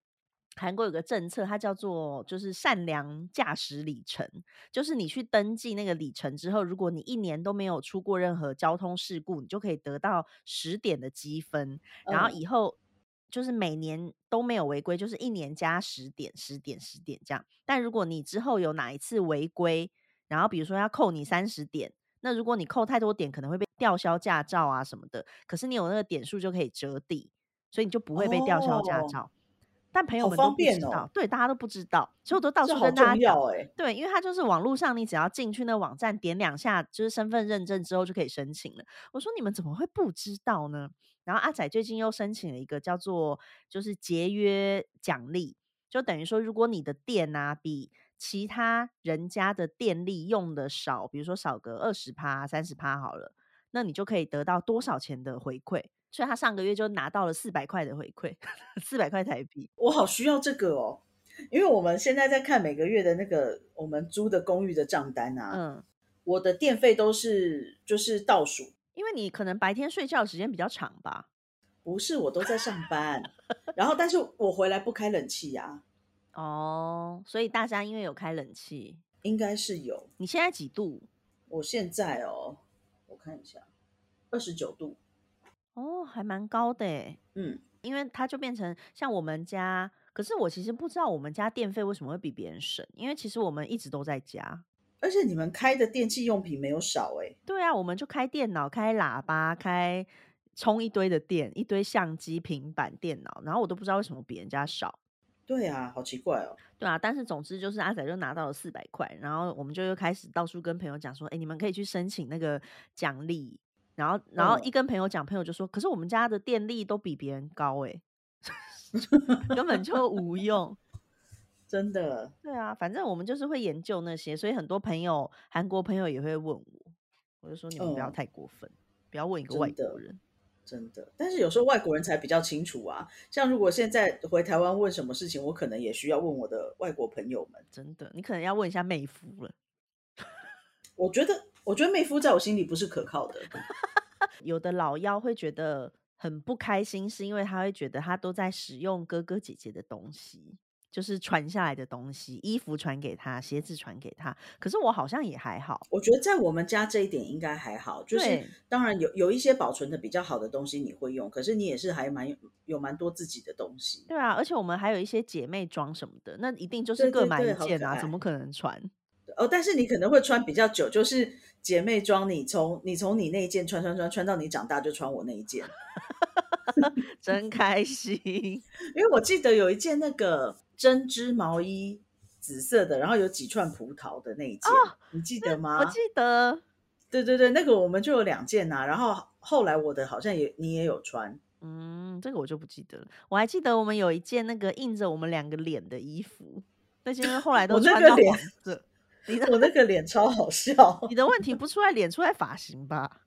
Speaker 2: 韩国有个政策，它叫做就是善良驾驶里程，就是你去登记那个里程之后，如果你一年都没有出过任何交通事故，你就可以得到十点的积分，然后
Speaker 1: 嗯
Speaker 2: 以后。就是每年都没有违规，就是一年加十点、十点、十点这样。但如果你之后有哪一次违规，然后比如说要扣你三十点，那如果你扣太多点，可能会被吊销驾照啊什么的。可是你有那个点数就可以折抵，所以你就不会被吊销驾
Speaker 1: 哦
Speaker 2: 照。但朋友
Speaker 1: 好
Speaker 2: 们都
Speaker 1: 方
Speaker 2: 不知
Speaker 1: 便哦
Speaker 2: 道，对，大家都不知道，所以我都到
Speaker 1: 这
Speaker 2: 处
Speaker 1: 好
Speaker 2: 跟大家
Speaker 1: 重
Speaker 2: 讲。
Speaker 1: 要哎、
Speaker 2: 对，因为它就是网络上，你只要进去那网站点两下，就是身份认证之后就可以申请了。我说你们怎么会不知道呢？然后阿仔最近又申请了一个叫做就是节约奖励，就等于说如果你的电啊比其他人家的电力用的少，比如说少个二十趴、三十趴好了，那你就可以得到多少钱的回馈。所以他上个月就拿到了四百块的回馈，四百块台币。
Speaker 1: 我好需要这个哦，因为我们现在在看每个月的那个我们租的公寓的账单啊，
Speaker 2: 嗯，
Speaker 1: 我的电费都是就是倒数，
Speaker 2: 因为你可能白天睡觉的时间比较长吧。
Speaker 1: 不是我都在上班，
Speaker 2: [LAUGHS]
Speaker 1: 然后但是我回来不开冷气呀、
Speaker 2: 哦，所以大家因为有开冷气，
Speaker 1: 应该是有。
Speaker 2: 你现在几度？
Speaker 1: 我现在哦，我看一下，二十九度，
Speaker 2: 哦，还蛮高的诶，
Speaker 1: 嗯，
Speaker 2: 因为它就变成像我们家，可是我其实不知道我们家电费为什么会比别人省，因为其实我们一直都在家。
Speaker 1: 而且你们开的电器用品没有少哎、
Speaker 2: 对啊，我们就开电脑、开喇叭、开充一堆的电，一堆相机、平板、电脑，然后我都不知道为什么比人家少。
Speaker 1: 对啊，好奇怪哦。
Speaker 2: 对啊，但是总之就是阿仔就拿到了四百块，然后我们就又开始到处跟朋友讲说，哎，你们可以去申请那个奖励。然后，
Speaker 1: 嗯
Speaker 2: 然后一跟朋友讲，朋友就说，可是我们家的电力都比别人高哎、 [LAUGHS] 根本就无用。
Speaker 1: 真的，
Speaker 2: 对啊，反正我们就是会研究那些，所以很多朋友，韩国朋友也会问我，我就说你们不要
Speaker 1: 嗯
Speaker 2: 太过分，不要问一个
Speaker 1: 真
Speaker 2: 外
Speaker 1: 的
Speaker 2: 国人。
Speaker 1: 真的。但是有时候外国人才比较清楚啊。像如果现在回台湾问什么事情，我可能也需要问我的外国朋友们。
Speaker 2: 真的，你可能要问一下妹夫了。
Speaker 1: 我觉得，我觉得妹夫在我心里不是可靠的。
Speaker 2: 有的老幺会觉得很不开心，是因为他会觉得他都在使用哥哥姐姐的东西，就是传下来的东西，衣服传给他，鞋子传给他。可是我好像也还好，
Speaker 1: 我觉得在我们家这一点应该还好，就是
Speaker 2: 对
Speaker 1: 当然有有一些保存的比较好的东西你会用，可是你也是还蛮有蛮多自己的东西。
Speaker 2: 对啊，而且我们还有一些姐妹装什么的，那一定就是
Speaker 1: 对
Speaker 2: 各
Speaker 1: 对
Speaker 2: 买
Speaker 1: 对
Speaker 2: 一
Speaker 1: 好
Speaker 2: 件
Speaker 1: 可
Speaker 2: 啊，
Speaker 1: 爱
Speaker 2: 怎么可能穿？
Speaker 1: 哦，但是你可能会穿比较久，就是姐妹装，你从你从你那一件穿穿穿穿到你长大就穿我那一件，
Speaker 2: [LAUGHS] 真
Speaker 1: [LAUGHS]
Speaker 2: 开心，
Speaker 1: 因为我记得有一件那个针织毛衣，紫色的，然后有几串葡萄的那一件，你记得吗？
Speaker 2: 哦我记得，
Speaker 1: 对对对，那个我们就有两件呐、然后后来我的好像也你也有穿，
Speaker 2: 嗯，这个我就不记得了。我还记得我们有一件那个印着我们两个脸的衣服，那些后来都
Speaker 1: 我那
Speaker 2: 穿
Speaker 1: 个
Speaker 2: 到
Speaker 1: 脸
Speaker 2: 黄色。你的
Speaker 1: 我那个脸超好笑。
Speaker 2: 你的问题不出在脸，出在发型吧？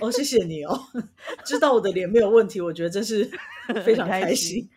Speaker 1: 哦，谢谢你哦， [LAUGHS] 知道我的脸没有问题，我觉得真是非常
Speaker 2: 开
Speaker 1: 开心。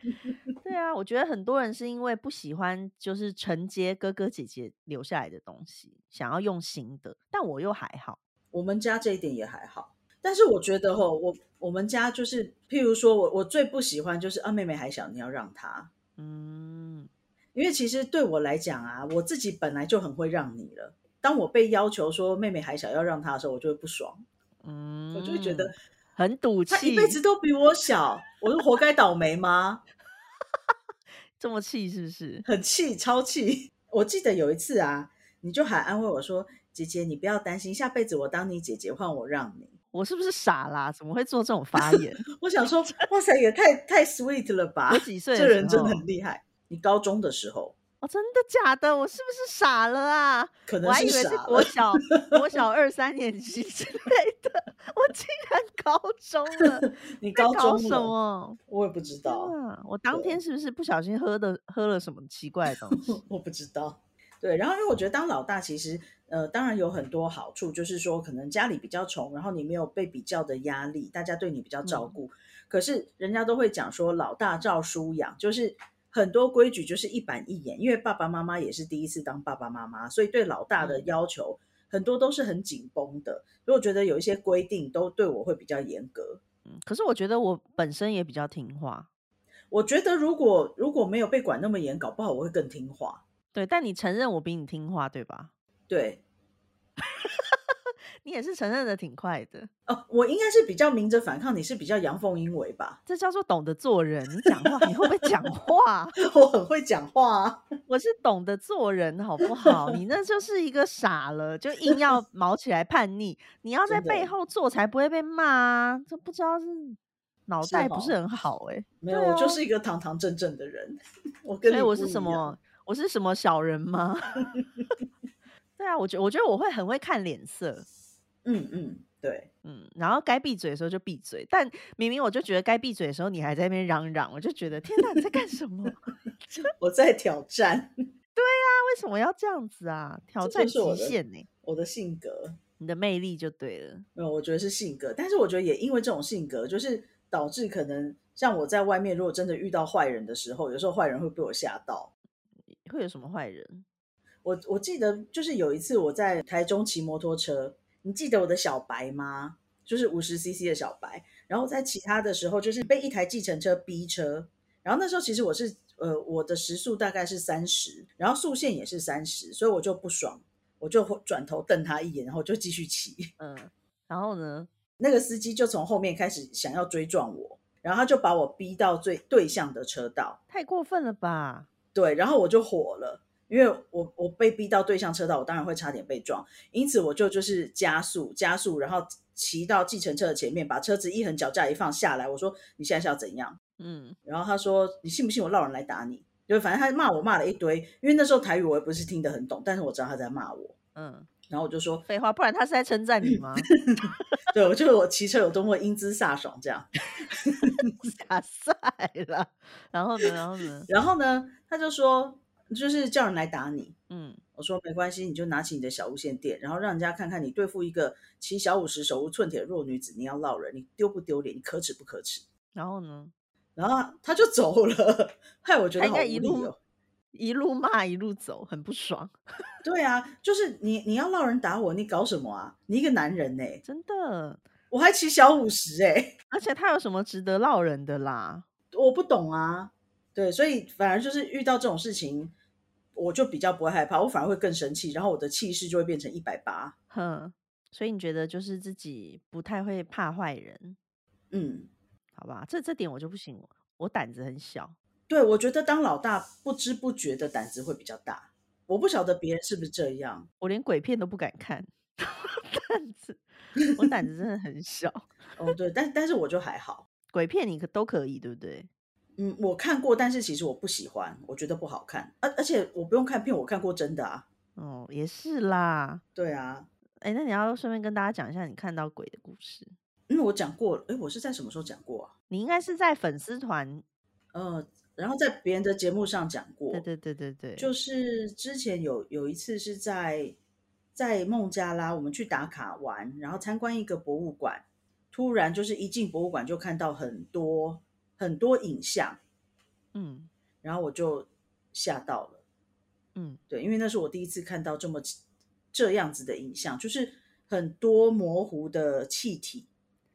Speaker 2: 对啊，我觉得很多人是因为不喜欢，就是承接哥哥姐姐留下来的东西，想要用新的，但我又还好。
Speaker 1: 我们家这一点也还好，但是我觉得吼，我我们家就是，譬如说我我最不喜欢就是啊，妹妹还小，你要让她，
Speaker 2: 嗯，
Speaker 1: 因为其实对我来讲啊，我自己本来就很会让你了。当我被要求说妹妹还小要让她的时候，我就会不爽，
Speaker 2: 嗯
Speaker 1: 我就会觉得
Speaker 2: 很赌
Speaker 1: 她
Speaker 2: 气
Speaker 1: 一辈，子都比我小，我是活该倒霉吗？
Speaker 2: 这么气是不是？
Speaker 1: 很气，超气。 [LAUGHS] 我记得有一次啊，你就还安慰我说：“姐姐，你不要担心，下辈子我当你姐姐，换我让你。
Speaker 2: 我是不是傻啦？怎么会做这种发言？”
Speaker 1: 我
Speaker 2: [LAUGHS]
Speaker 1: 想说，哇塞，也太太 sweet 了吧
Speaker 2: 我！几
Speaker 1: [LAUGHS]
Speaker 2: 岁
Speaker 1: 这
Speaker 2: 的时
Speaker 1: 人真的
Speaker 2: 候
Speaker 1: 很厉害。你高中的时候
Speaker 2: 哦，真的假的？我是不是傻了啊？
Speaker 1: 可
Speaker 2: 我
Speaker 1: 能
Speaker 2: 还以
Speaker 1: 是
Speaker 2: 为是
Speaker 1: 傻
Speaker 2: 国
Speaker 1: 了，
Speaker 2: 小国小二
Speaker 1: [LAUGHS]
Speaker 2: 三年级之类的，我竟然高中了，
Speaker 1: 你
Speaker 2: 在
Speaker 1: 高
Speaker 2: 搞
Speaker 1: 中
Speaker 2: 什
Speaker 1: 了，
Speaker 2: 么？
Speaker 1: 我也不知
Speaker 2: 天
Speaker 1: 道，
Speaker 2: 啊！我当
Speaker 1: 对
Speaker 2: 天是不是不小心喝的喝了什么奇怪的东
Speaker 1: [LAUGHS]
Speaker 2: 西？
Speaker 1: 我不知道。对，然后因为我觉得当老大其实，呃，当然有很多好处，就是说可能家里比较穷，然后你没有被比较的压力，大家对你比较照顾。可是人家都会讲说老大照书养，就是很多规矩就是一板一眼，因为爸爸妈妈也是第一次当爸爸妈妈，所以对老大的
Speaker 2: 嗯
Speaker 1: 要求、很多都是很紧绷的。所以我觉得有一些规定都对我会比较严格。
Speaker 2: 嗯可是我觉得我本身也比较听话，
Speaker 1: 我觉得如果如果没有被管那么严，搞不好我会更听话。
Speaker 2: 对。但你承认我比你听话，对吧？
Speaker 1: 对，
Speaker 2: 你也是承认的挺快的，
Speaker 1: 哦，我应该是比较明着反抗，你是比较阳奉阴违吧？ [LAUGHS]
Speaker 2: 这叫做懂得做人。你讲话，你会不会讲话？
Speaker 1: 我很会讲话、啊，
Speaker 2: 我是懂得做人，好不好？你那就是一个傻了，就硬要毛起来叛逆。你要在
Speaker 1: 真的
Speaker 2: 背后做，才不会被骂啊！这不知道是脑
Speaker 1: 是
Speaker 2: 袋不是
Speaker 1: 哦
Speaker 2: 很好哎、
Speaker 1: 没有，
Speaker 2: 对
Speaker 1: 我就
Speaker 2: 啊
Speaker 1: 是一个堂堂正正的人。我跟
Speaker 2: 所
Speaker 1: 你
Speaker 2: 以我
Speaker 1: 不
Speaker 2: 是什
Speaker 1: 一样？
Speaker 2: 么？我是什么小人吗？ [LAUGHS] 对啊，我觉我觉得我会很会看脸色，
Speaker 1: 嗯嗯，对，
Speaker 2: 嗯，然后该闭嘴的时候就闭嘴。但明明我就觉得该闭嘴的时候，你还在那边嚷嚷，我就觉得天哪，你在干什么？ [LAUGHS]
Speaker 1: 我在挑战
Speaker 2: 为什么要这样子啊？挑
Speaker 1: 这
Speaker 2: 战
Speaker 1: 就是我
Speaker 2: 极
Speaker 1: 的
Speaker 2: 限呢、
Speaker 1: 我的性格。
Speaker 2: 你的魅力就对了。
Speaker 1: 没有，我觉得是性格，但是我觉得也因为这种性格，就是导致可能像我在外面，如果真的遇到坏人的时候，有时候坏人会被我吓到。
Speaker 2: 会有什么坏人？
Speaker 1: 我我记得就是有一次我在台中骑摩托车，你记得我的小白吗？就是五十 CC 的小白。然后在骑它的时候，就是被一台计程车逼车。然后那时候其实我是呃我的时速大概是三十，然后速限也是三十，所以我就不爽，我就转头瞪他一眼，然后就继续骑。 [LAUGHS]
Speaker 2: 嗯，然后呢？
Speaker 1: 那个司机就从后面开始想要追撞我，然后他就把我逼到最对向的车道。
Speaker 2: 太过分了吧？
Speaker 1: 对，然后我就火了，因为我我被逼到对向车道，我当然会差点被撞，因此我就就是加速加速，然后骑到计程车的前面，把车子一横脚架一放下来，我说你现在是要怎样？
Speaker 2: 嗯，
Speaker 1: 然后他说你信不信我让人来打你？就反正他骂我骂了一堆，因为那时候台语我也不是听得很懂，但是我知道他在骂我，
Speaker 2: 嗯，
Speaker 1: 然后我就说
Speaker 2: 废话，不然他是在称赞你吗？ [LAUGHS]
Speaker 1: 对，我就我骑车有多么英姿飒爽这样。
Speaker 2: 傻晒了。 [LAUGHS] 然后呢？然后呢？
Speaker 1: 然后呢，他就说就是叫人来打你，
Speaker 2: 嗯，
Speaker 1: 我说没关系，你就拿起你的小无线电，然后让人家看看你对付一个骑小五十手无寸铁的弱女子，你要落人，你丢不丢脸？你可耻不可耻？
Speaker 2: 然后呢？
Speaker 1: 然后他就走了，害我觉
Speaker 2: 他
Speaker 1: 得
Speaker 2: 应
Speaker 1: 好
Speaker 2: 该
Speaker 1: 无
Speaker 2: 一
Speaker 1: 力
Speaker 2: 路
Speaker 1: 哦。
Speaker 2: 一路骂一路走，很不爽，
Speaker 1: 对啊，就是你你要落人打我，你搞什么啊？你一个男人呢、
Speaker 2: 真的。
Speaker 1: 我还骑小五十哎，
Speaker 2: 而且他有什么值得落人的啦？
Speaker 1: 我不懂啊。对，所以反而就是遇到这种事情，我就比较不会害怕，我反而会更生气，然后我的气势就会变成一百八。
Speaker 2: 哼，所以你觉得就是自己不太会怕坏人，
Speaker 1: 嗯，
Speaker 2: 好吧？这这点我就不行，我胆子很小。
Speaker 1: 对，我觉得当老大不知不觉的胆子会比较大。我不晓得别人是不是这样，
Speaker 2: 我连鬼片都不敢看，胆子，我胆子真的很小。
Speaker 1: 哦，对，但但是我就还好，
Speaker 2: 鬼片你可都可以，对不对？
Speaker 1: 嗯，我看过，但是其实我不喜欢，我觉得不好看，而而且我不用看片，我看过真的啊，
Speaker 2: 哦，也是啦。
Speaker 1: 对啊，
Speaker 2: 哎，那你要顺便跟大家讲一下你看到鬼的故事。
Speaker 1: 因为嗯我讲过，诶，我是在什么时候讲过啊？
Speaker 2: 你应该是在粉丝团，
Speaker 1: 呃，然后在别人的节目上讲过，
Speaker 2: 对对对对对，
Speaker 1: 就是之前有有一次是在在孟加拉，我们去打卡玩，然后参观一个博物馆，突然就是一进博物馆就看到很多很多影像，
Speaker 2: 嗯
Speaker 1: 然后我就吓到了。
Speaker 2: 嗯，
Speaker 1: 对，因为那是我第一次看到这么这样子的影像，就是很多模糊的气体，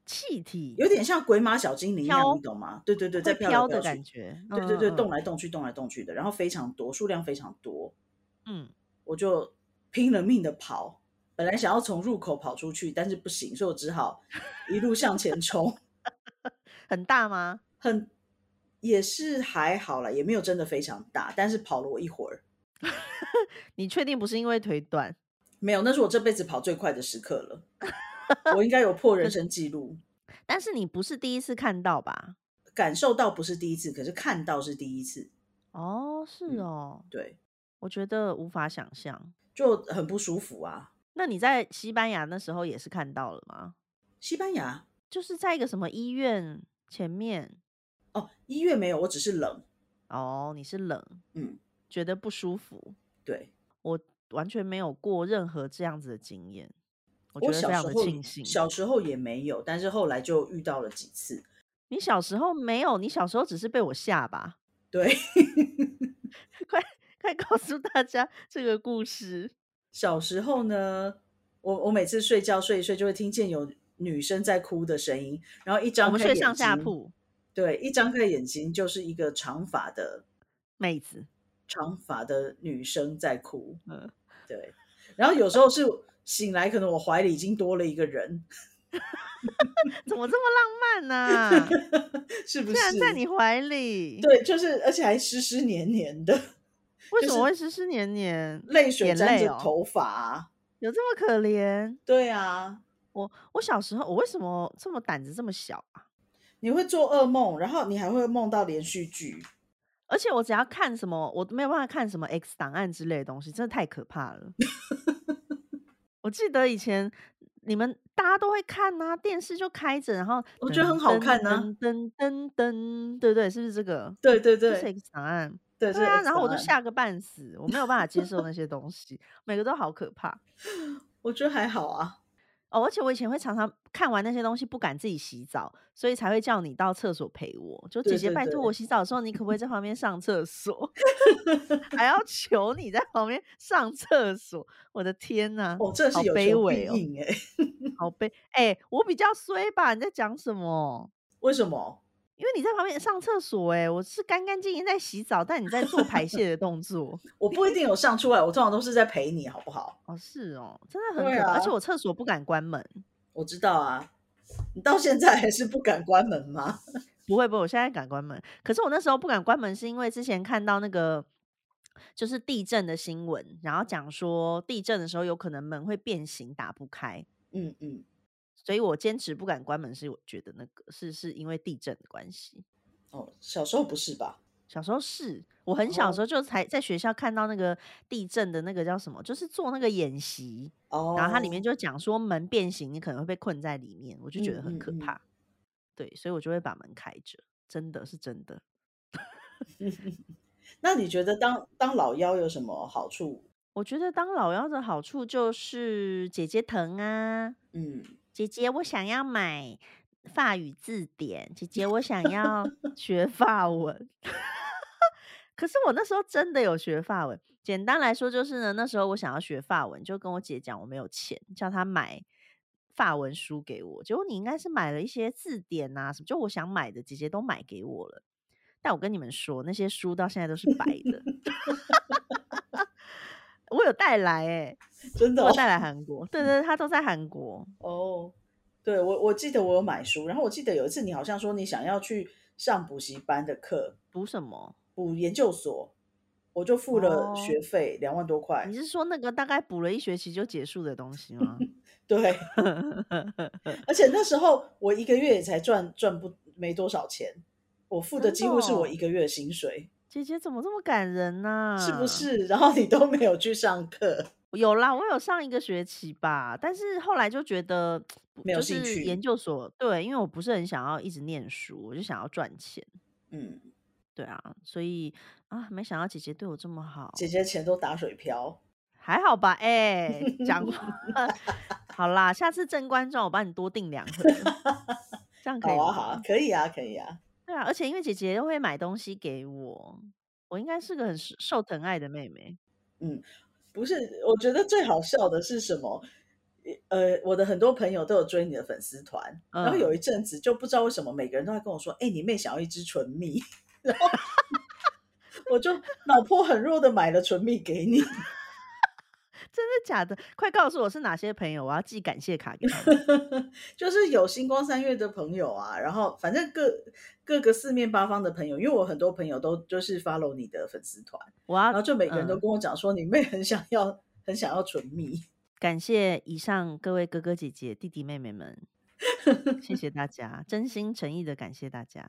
Speaker 2: 气体
Speaker 1: 有点像鬼马小精灵一样，
Speaker 2: 飘
Speaker 1: 你懂吗？对对对，在
Speaker 2: 会
Speaker 1: 飘来
Speaker 2: 的
Speaker 1: 去
Speaker 2: 感。觉，
Speaker 1: 对对对，
Speaker 2: 嗯
Speaker 1: 动来动去，动来动去的，然后非常多，数量非常多。
Speaker 2: 嗯
Speaker 1: 我就拼了命的跑。本来想要从入口跑出去，但是不行，所以我只好一路向前冲。
Speaker 2: 嗯很大吗？
Speaker 1: 很也是还好啦，也没有真的非常大，但是跑了我一会儿。
Speaker 2: 你确定不是因为腿短？
Speaker 1: 没有，那是我这辈子跑最快的时刻了。我应该有破人生记录，
Speaker 2: 但是你不是第一次看到吧？
Speaker 1: 感受到不是第一次，可是看到是第一次，
Speaker 2: 哦，是
Speaker 1: 嗯
Speaker 2: 哦，
Speaker 1: 对，
Speaker 2: 我觉得无法想象。
Speaker 1: 就很不舒服啊。
Speaker 2: 那你在西班牙那时候也是看到了吗？
Speaker 1: 西班牙
Speaker 2: 就是在一个什么医院前面，
Speaker 1: 哦，一月没有，我只是冷，
Speaker 2: 哦，你是冷，
Speaker 1: 嗯，
Speaker 2: 觉得不舒服，
Speaker 1: 对。
Speaker 2: 我完全没有过任何这样子的经验，我觉
Speaker 1: 我
Speaker 2: 得非
Speaker 1: 小
Speaker 2: 常
Speaker 1: 时
Speaker 2: 的
Speaker 1: 候
Speaker 2: 庆幸。
Speaker 1: 小时候也没有，但是后来就遇到了几次。
Speaker 2: 你小时候没有，你小时候只是被我吓吧？
Speaker 1: 对，
Speaker 2: 快告诉大家这个故事。
Speaker 1: 小时候呢，我我每次睡觉睡一睡就会听见有女生在哭的声音，然后一
Speaker 2: 我
Speaker 1: 张
Speaker 2: 们
Speaker 1: 开眼
Speaker 2: 睡
Speaker 1: 睛，
Speaker 2: 上下铺，
Speaker 1: 对，一张开眼睛就是一个长发的
Speaker 2: 妹子， [LAUGHS]
Speaker 1: 长发的女生在哭，
Speaker 2: 嗯，
Speaker 1: 对，然后有时候是醒来，可能我怀里已经多了一个人，
Speaker 2: 怎么这么浪漫呢、
Speaker 1: [LAUGHS] 是不
Speaker 2: 居
Speaker 1: 是？
Speaker 2: 啊然在你怀里，
Speaker 1: 对，就是而且还湿湿黏黏的，
Speaker 2: 为
Speaker 1: 就
Speaker 2: 什
Speaker 1: 是
Speaker 2: 么会湿湿黏黏？
Speaker 1: 泪水
Speaker 2: 眼
Speaker 1: 沾
Speaker 2: 泪
Speaker 1: 着
Speaker 2: 哦
Speaker 1: 头发啊、
Speaker 2: 有这么可怜？
Speaker 1: 对啊，
Speaker 2: 我我小时候，我为什么这么胆子这么小啊？
Speaker 1: 你会做噩梦，然后你还会梦到连续剧。
Speaker 2: 而且我只要看什么，我都没有办法看什么 X 档案之类的东西，真的太可怕了。 [LAUGHS] 我记得以前你们大家都会看呐、电视就开着，然后
Speaker 1: 我觉得很好看啊
Speaker 2: 呐、噔噔噔，对对，是不是这个？
Speaker 1: 对对
Speaker 2: 就是
Speaker 1: 对
Speaker 2: X 档案，
Speaker 1: 对
Speaker 2: 对啊，然后我就，
Speaker 1: 这是 X 档案
Speaker 2: 吓个半死，我没有办法接受那些东西，每个都好可怕
Speaker 1: 我觉得还好啊。
Speaker 2: 哦。而且我以前会常常看完那些东西不敢自己洗澡，所以才会叫你到厕所陪我，就
Speaker 1: 对
Speaker 2: 姐姐
Speaker 1: 对
Speaker 2: 拜托
Speaker 1: 对
Speaker 2: 我洗澡的时候，你可不可以在旁边上厕所？ [LAUGHS]
Speaker 1: [LAUGHS]
Speaker 2: 还要求你在旁边上厕所，我的天呐，
Speaker 1: 哦，这
Speaker 2: 好
Speaker 1: 是有
Speaker 2: 卑
Speaker 1: 求必
Speaker 2: 微哦
Speaker 1: 应哎、
Speaker 2: 好悲哎、我比较衰吧？你在讲什么？
Speaker 1: 为什么？
Speaker 2: 因为你在旁边上厕所、哎，我是干干净净在洗澡，但你在做排泄的动作。
Speaker 1: 我不一定有上出来，我通常都是在陪你，好不好？
Speaker 2: 哦，是哦，真的很
Speaker 1: 对
Speaker 2: 可怕，而且
Speaker 1: 啊
Speaker 2: 我厕所不敢关门，
Speaker 1: 我知道啊，你到现在还是不敢关门吗？
Speaker 2: 不会不会，我现在敢关门。可是我那时候不敢关门，是因为之前看到那个就是地震的新闻，然后讲说地震的时候有可能门会变形，打不开，
Speaker 1: 嗯嗯，
Speaker 2: 所以我坚持不敢关门，是我觉得那个是是因为地震的关系。
Speaker 1: 哦，小时候不是吧？
Speaker 2: 小时候是我很小的
Speaker 1: 哦
Speaker 2: 时候就才在学校看到那个地震的那个叫什么，就是做那个演习，
Speaker 1: 哦，
Speaker 2: 然后它里面就讲说门变形，你可能会被困在里面，我就觉得
Speaker 1: 嗯
Speaker 2: 很
Speaker 1: 嗯
Speaker 2: 可
Speaker 1: 嗯
Speaker 2: 怕。对，所以我就会把门开着，真的是真的。
Speaker 1: 那你觉得当当老幺有什么好处？
Speaker 2: 我觉得当老幺的好处就是姐姐疼啊，
Speaker 1: 嗯，
Speaker 2: 姐姐我想要买法语字典，姐
Speaker 1: [LAUGHS]
Speaker 2: 姐我想要学法文。可是我那时候真的有学法文。简单来说就是呢，那时候我想要学法文，就跟我姐讲我没有钱，叫她买法文书给我。结果你应该是买了一些字典啊什么，就我想买的，姐姐都买给我了。但我跟你们说，那些书到现在都是白
Speaker 1: [LAUGHS]
Speaker 2: 的。我有带来哎、
Speaker 1: 真的
Speaker 2: 我
Speaker 1: 哦
Speaker 2: 有带来韩国，对对，对他都在韩国。
Speaker 1: 哦，对我我记得我有买书，然后我记得有一次你好像说你想要去上补习班的课，
Speaker 2: 读什么？
Speaker 1: 补研究所，我就付了
Speaker 2: 哦
Speaker 1: 学费两万多块
Speaker 2: 你。是说那个大概补了一学期就结束的东西
Speaker 1: [LAUGHS]
Speaker 2: 吗？ [LAUGHS]
Speaker 1: 对，而且那时候我一个月也才赚赚不没多少钱，我付的
Speaker 2: 真的
Speaker 1: 几乎是
Speaker 2: 哦嗯
Speaker 1: 我一个月的薪水，
Speaker 2: 姐姐怎么这么感人呢、
Speaker 1: 是不？是？ [LAUGHS] 然后你都没有去上课，
Speaker 2: 有啦，我有上一个学期吧，但是后来就觉得不
Speaker 1: 没有
Speaker 2: 就
Speaker 1: 兴
Speaker 2: 是
Speaker 1: 趣
Speaker 2: 研究所对，因为我不是很想要一直念书，我就想要赚钱。
Speaker 1: 嗯，
Speaker 2: 对啊，所以啊，没想到姐姐对我这么好，
Speaker 1: 姐姐钱都打水漂。
Speaker 2: 还好吧？哎、讲
Speaker 1: [LAUGHS]
Speaker 2: 话 [LAUGHS] 好啦，下次正官状我帮你多订两盒，这样可
Speaker 1: 好
Speaker 2: 以吗？
Speaker 1: 啊，好啊，可以啊，可以啊。
Speaker 2: 对啊，而且因为姐姐都会买东西给我，我应该是个很受受疼爱的妹 [LAUGHS] 妹。
Speaker 1: 不是，我觉得最好笑的是什么？呃，我的很多朋友都有追你的粉丝团，然后有
Speaker 2: 嗯
Speaker 1: 一阵子就不知道为什么每个人都在跟我说：“哎、你妹想要一支唇蜜。”然后 [LAUGHS] 我就脑波很弱的买了唇蜜给你。
Speaker 2: 真的假的？快告诉我是哪些朋友，我要寄感谢卡给他
Speaker 1: [LAUGHS]
Speaker 2: 们。
Speaker 1: 就是有星光三月的朋友啊，然后反正各各个四面八方的朋友，因为我很多朋友都就是 follow 你的粉丝团，
Speaker 2: 我
Speaker 1: 然后
Speaker 2: 要
Speaker 1: 就每个人都
Speaker 2: 嗯
Speaker 1: 跟我讲说，你妹很想要很想要唇蜜。
Speaker 2: 感谢以上各位哥哥姐姐、弟弟妹妹们，谢谢大家，真心诚意的感谢大家。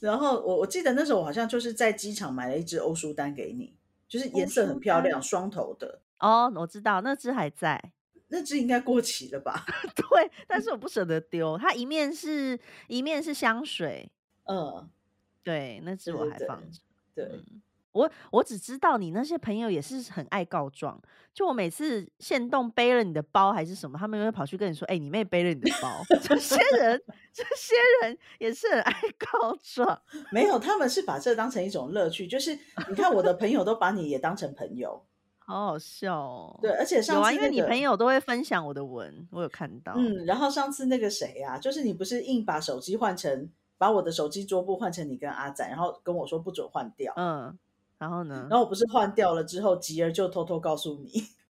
Speaker 1: 然后我我记得那时候我好像就是在机场买了一支欧舒丹给你，就是
Speaker 2: 欧
Speaker 1: 颜色
Speaker 2: 舒
Speaker 1: 很漂亮，
Speaker 2: 丹
Speaker 1: 双头的
Speaker 2: 哦，我知道那只还在， [LAUGHS]
Speaker 1: 那支应该过期了吧？ [LAUGHS]
Speaker 2: 对，但是我不舍得丢。它一面是一面是香水，
Speaker 1: 嗯，
Speaker 2: 对，那只
Speaker 1: 对
Speaker 2: 我
Speaker 1: 对
Speaker 2: 还
Speaker 1: 对
Speaker 2: 放着。
Speaker 1: 对，
Speaker 2: 嗯，我我只知道你那些朋友也是很爱告状，就我每次现动背了你的包还是什么，他们就会跑去跟你说：“哎、你妹背了你的包。”这些人，这些人也是很爱告状。
Speaker 1: 没有，他们是把这当成一种乐趣，就是你看我的朋友都把你也当成朋友，
Speaker 2: 好好笑 [LAUGHS] 哦！
Speaker 1: 对，，而且
Speaker 2: 有
Speaker 1: 上
Speaker 2: 啊，
Speaker 1: 次
Speaker 2: 因为
Speaker 1: 那
Speaker 2: 你
Speaker 1: 个
Speaker 2: 朋友都会分享我的文，我有看到。
Speaker 1: 嗯，然后上次那个谁呀、就是你不是硬把手机换成把我的手机桌布换成你跟阿展，然后跟我说不准换掉，
Speaker 2: 嗯，然后呢
Speaker 1: 然？后我不是换掉了之后，吉儿就偷偷告诉你， [LAUGHS]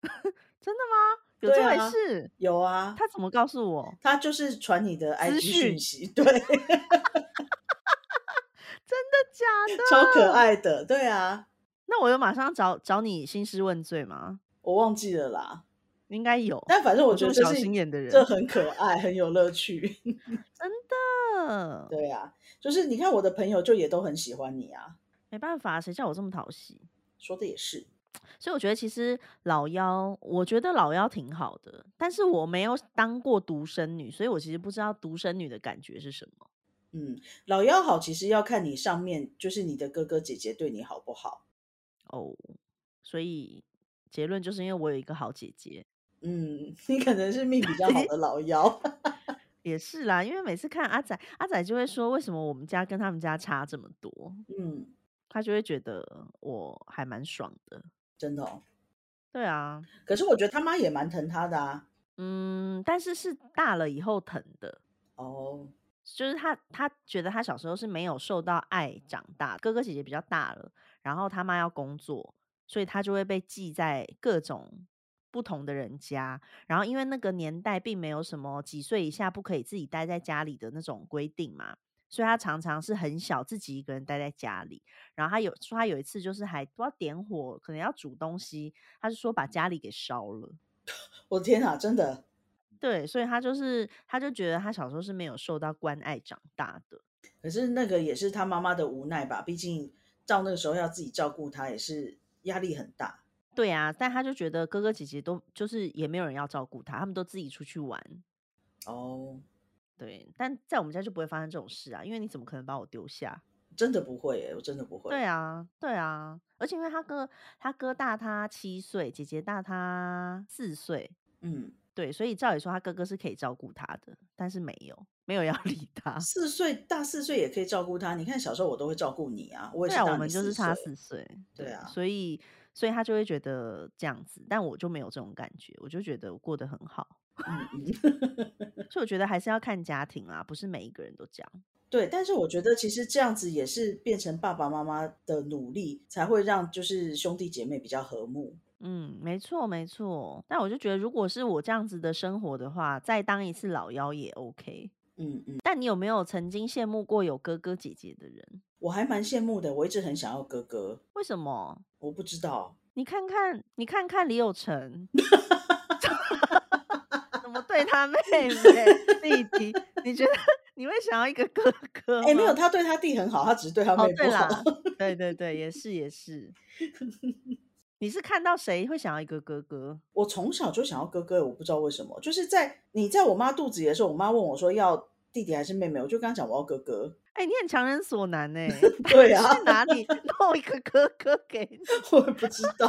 Speaker 2: 真的吗？有这
Speaker 1: 对
Speaker 2: 回
Speaker 1: 啊
Speaker 2: 事？
Speaker 1: 有啊，
Speaker 2: 他怎么告诉我？
Speaker 1: 他就是传你的
Speaker 2: 资
Speaker 1: IG
Speaker 2: 讯
Speaker 1: 讯息，对，
Speaker 2: [LAUGHS] 真的假的？
Speaker 1: 超可爱的，对啊，
Speaker 2: 那我有马上找找你兴师问罪吗？
Speaker 1: 我忘记了啦。
Speaker 2: 应该有，
Speaker 1: 但反正我
Speaker 2: 我
Speaker 1: 觉
Speaker 2: 这
Speaker 1: 得这
Speaker 2: 么小
Speaker 1: 是
Speaker 2: 心眼的
Speaker 1: 这
Speaker 2: 人，
Speaker 1: 很可爱，很有乐趣。 [LAUGHS]
Speaker 2: 真的
Speaker 1: 对啊，就是你看我的朋友就也都很喜欢你啊，
Speaker 2: 没办法，谁叫我这么讨喜？
Speaker 1: 说的也是。
Speaker 2: 所以我觉得其实老幺，我觉得老幺挺好的，但是我没有当过独生女，所以我其实不知道独生女的感觉是什么。
Speaker 1: 嗯，老幺好，其实要看你上面就是你的哥哥姐姐对你好不好。
Speaker 2: 哦，所以结论就是因为我有一个好姐姐，
Speaker 1: 嗯， [LAUGHS] 你可能是命比较好的老幺。 [LAUGHS]
Speaker 2: 也是啦，因为每次看阿仔，阿仔就会说为什么我们家跟他们家差这么多，
Speaker 1: 嗯，
Speaker 2: 他就会觉得我还蛮爽的。
Speaker 1: 真的哦。
Speaker 2: 对啊，
Speaker 1: 可是我觉得他妈也蛮疼他的啊。
Speaker 2: 嗯，但是是大了以后疼的，
Speaker 1: 哦，
Speaker 2: 就是他他觉得他小时候是没有受到爱长大，哥哥姐姐比较大了，然后他妈要工作，所以他就会被寄在各种不同的人家。然后因为那个年代并没有什么几岁以下不可以自己待在家里的那种规定嘛。所以他常常是很小自己一个人待在家里，然后他有说他有一次就是还不知道点火，可能要煮东西，他就说把家里给烧了。
Speaker 1: 我的天啊，真的。
Speaker 2: 对，所以他就是他就觉得他小时候是没有受到关爱长大的。
Speaker 1: 可是那个也是他妈妈的无奈吧，毕竟到那个时候要自己照顾他，也是压力很大。
Speaker 2: 对啊，但他就觉得哥哥姐姐都就是也没有人要照顾他，他们都自己出去玩。
Speaker 1: 哦，
Speaker 2: 对，但在我们家就不会发生这种事啊，因为你怎么可能把我丢下？
Speaker 1: 真的不会耶、我真的不会。
Speaker 2: 对啊，对啊，而且因为他哥他哥大他七岁，姐姐大他四岁，
Speaker 1: 嗯，
Speaker 2: 对，所以照理说他哥哥是可以照顾他的，但是没有，没有要 [LAUGHS] 理他。
Speaker 1: 四岁大四岁也可以照顾他。你看小时候我都会照顾你啊，我也
Speaker 2: 对
Speaker 1: 是
Speaker 2: 啊，
Speaker 1: 大
Speaker 2: 我
Speaker 1: 你
Speaker 2: 们就
Speaker 1: 四
Speaker 2: 是
Speaker 1: 岁。
Speaker 2: 差四岁，
Speaker 1: 对啊
Speaker 2: 所以所以他就会觉得这样子，但我就没有这种感觉，我就觉得我过得很好，
Speaker 1: 嗯嗯，
Speaker 2: 所以我觉得还是要看家庭啦，不是每一个人都这样。
Speaker 1: 对。但是我觉得其实这样子也是变成爸爸妈妈的努力，才会让就是兄弟姐妹比较和睦。
Speaker 2: 嗯，没错没错，但我就觉得如果是我这样子的生活的话，再当一次老幺也 OK。
Speaker 1: 嗯嗯，
Speaker 2: 但你有没有曾经羡慕过有哥哥姐姐的人？
Speaker 1: 我还蛮羡慕的，我一直很想要哥哥，
Speaker 2: 为什么？
Speaker 1: 我不知道。
Speaker 2: 你看看，你看看李有成，怎么对他妹妹弟弟？你觉得你会想要一个哥哥吗？
Speaker 1: 哎、没有，他对他弟很好，他只是对他
Speaker 2: 哦
Speaker 1: 妹，
Speaker 2: 对
Speaker 1: 不好。
Speaker 2: 啦，对对对，也是
Speaker 1: [LAUGHS]
Speaker 2: 也是。你是看到谁会想要一个哥哥？
Speaker 1: 我从小就想要哥哥，我不知道为什么，就是在你在我妈肚子里的时候，我妈问我说要弟弟还是妹妹，我就跟她讲我要哥哥。 [LAUGHS]
Speaker 2: 哎、你很强人所难呢、
Speaker 1: 对啊
Speaker 2: [LAUGHS] 去哪
Speaker 1: [LAUGHS]
Speaker 2: 里弄一个哥哥给你？
Speaker 1: 我也不知道，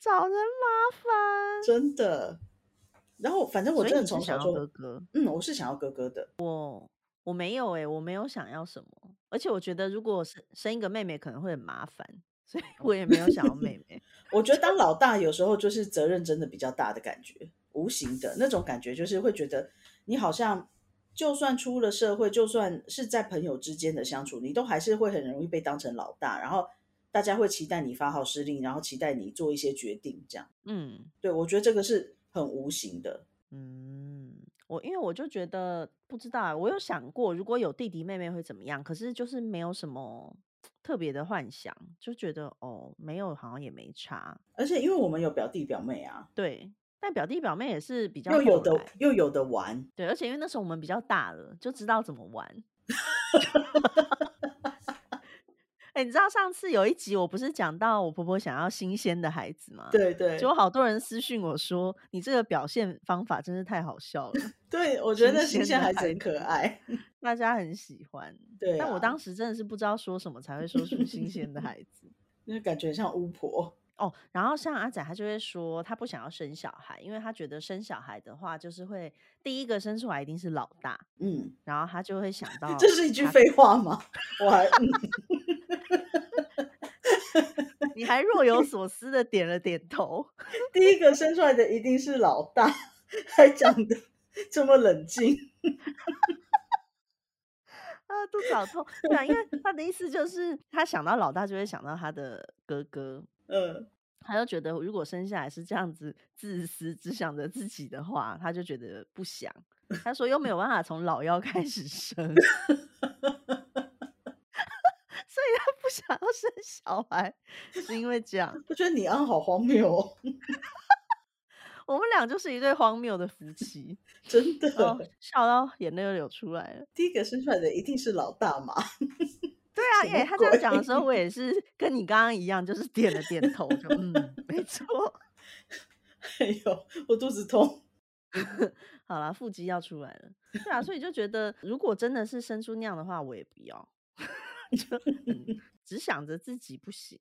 Speaker 2: 找人麻烦。
Speaker 1: 真的。然后反正我
Speaker 2: 所以
Speaker 1: 真的
Speaker 2: 你是
Speaker 1: 从小
Speaker 2: 想要哥
Speaker 1: 就，
Speaker 2: 哥？
Speaker 1: 嗯，我是想要哥哥的。
Speaker 2: 我没有哎、我没有想要什么，而且我觉得如果生生一个妹妹可能会很麻烦，所以
Speaker 1: 哦
Speaker 2: 我也没有想
Speaker 1: [LAUGHS]
Speaker 2: 要妹妹。
Speaker 1: 我觉得当老大有时候就是责任真的比较大的感觉，无形的那种感觉，就是会觉得你好像就算出了社会，就算是在朋友之间的相处，你都还是会很容易被当成老大，然后大家会期待你发号施令，然后期待你做一些决定，这样。
Speaker 2: 嗯
Speaker 1: 对，我觉得这个是很无形的。
Speaker 2: 嗯，我因为我就觉得不知道啊，我有想过如果有弟弟妹妹会怎么样，可是就是没有什么特别的幻想，就觉得哦，没有好像也没差。
Speaker 1: 而且因为我们有表弟表妹啊，
Speaker 2: 对，但表弟表妹也是比较
Speaker 1: 又有
Speaker 2: 后
Speaker 1: 的
Speaker 2: 来嗯
Speaker 1: 又有的玩，
Speaker 2: 对，而且因为那时候我们比较大了，就知道怎么玩。 [LAUGHS] 哎、你知道上次有一集我不是讲到我婆婆想要新鲜的孩子吗？，
Speaker 1: 对对
Speaker 2: 结果好多人私讯我说你这个表现方法真是太好笑了， [LAUGHS]
Speaker 1: 对，我觉得那形
Speaker 2: 新鲜
Speaker 1: 象
Speaker 2: 的
Speaker 1: 还
Speaker 2: 孩
Speaker 1: 很可爱。
Speaker 2: 大家很喜欢。
Speaker 1: 对、啊，
Speaker 2: 但我当时真的是不知道说什么才会说出新鲜的孩子。
Speaker 1: 那感觉像巫婆，
Speaker 2: 哦，然后像阿仔，他就会说他不想要生小孩，因为他觉得生小孩的话，就是会第一个生出来一定是老大，
Speaker 1: 嗯，
Speaker 2: 然后他就会想到
Speaker 1: 这是一句
Speaker 2: 他
Speaker 1: 废话吗？我还、嗯
Speaker 2: 你还若有所思的点了点头。
Speaker 1: 第一个生出来的一定是老大，还讲的这么冷静。
Speaker 2: 啊，肚子好痛。对啊，因为他的意思就是，他想到老大就会想到他的哥哥，
Speaker 1: 嗯，
Speaker 2: 他就觉得如果生下来是这样子自私，只想着自己的话，他就觉得不想。他说又没有办 [LAUGHS] 法从老幺开始生，所以他不想要生小孩，是因为这样。
Speaker 1: 我觉得你安好荒谬哦，
Speaker 2: 我们俩就是一对荒谬的夫妻，
Speaker 1: 真的。
Speaker 2: 哦，笑到眼泪都流出来了。
Speaker 1: 第一个生出来的一定是老大嘛， [LAUGHS]
Speaker 2: 对啊，
Speaker 1: 什么
Speaker 2: 耶、他这样讲的
Speaker 1: 鬼
Speaker 2: 时候，我也是跟你刚刚一样，就是点了点头，
Speaker 1: [LAUGHS]
Speaker 2: 就嗯，没错。
Speaker 1: 哎呦，我肚子痛。
Speaker 2: 好啦，腹肌要出来了。对啊，所以就觉得如果真的是生出那样的话，我也不要， [LAUGHS] 就、
Speaker 1: [LAUGHS]
Speaker 2: 嗯、只想着自己不行，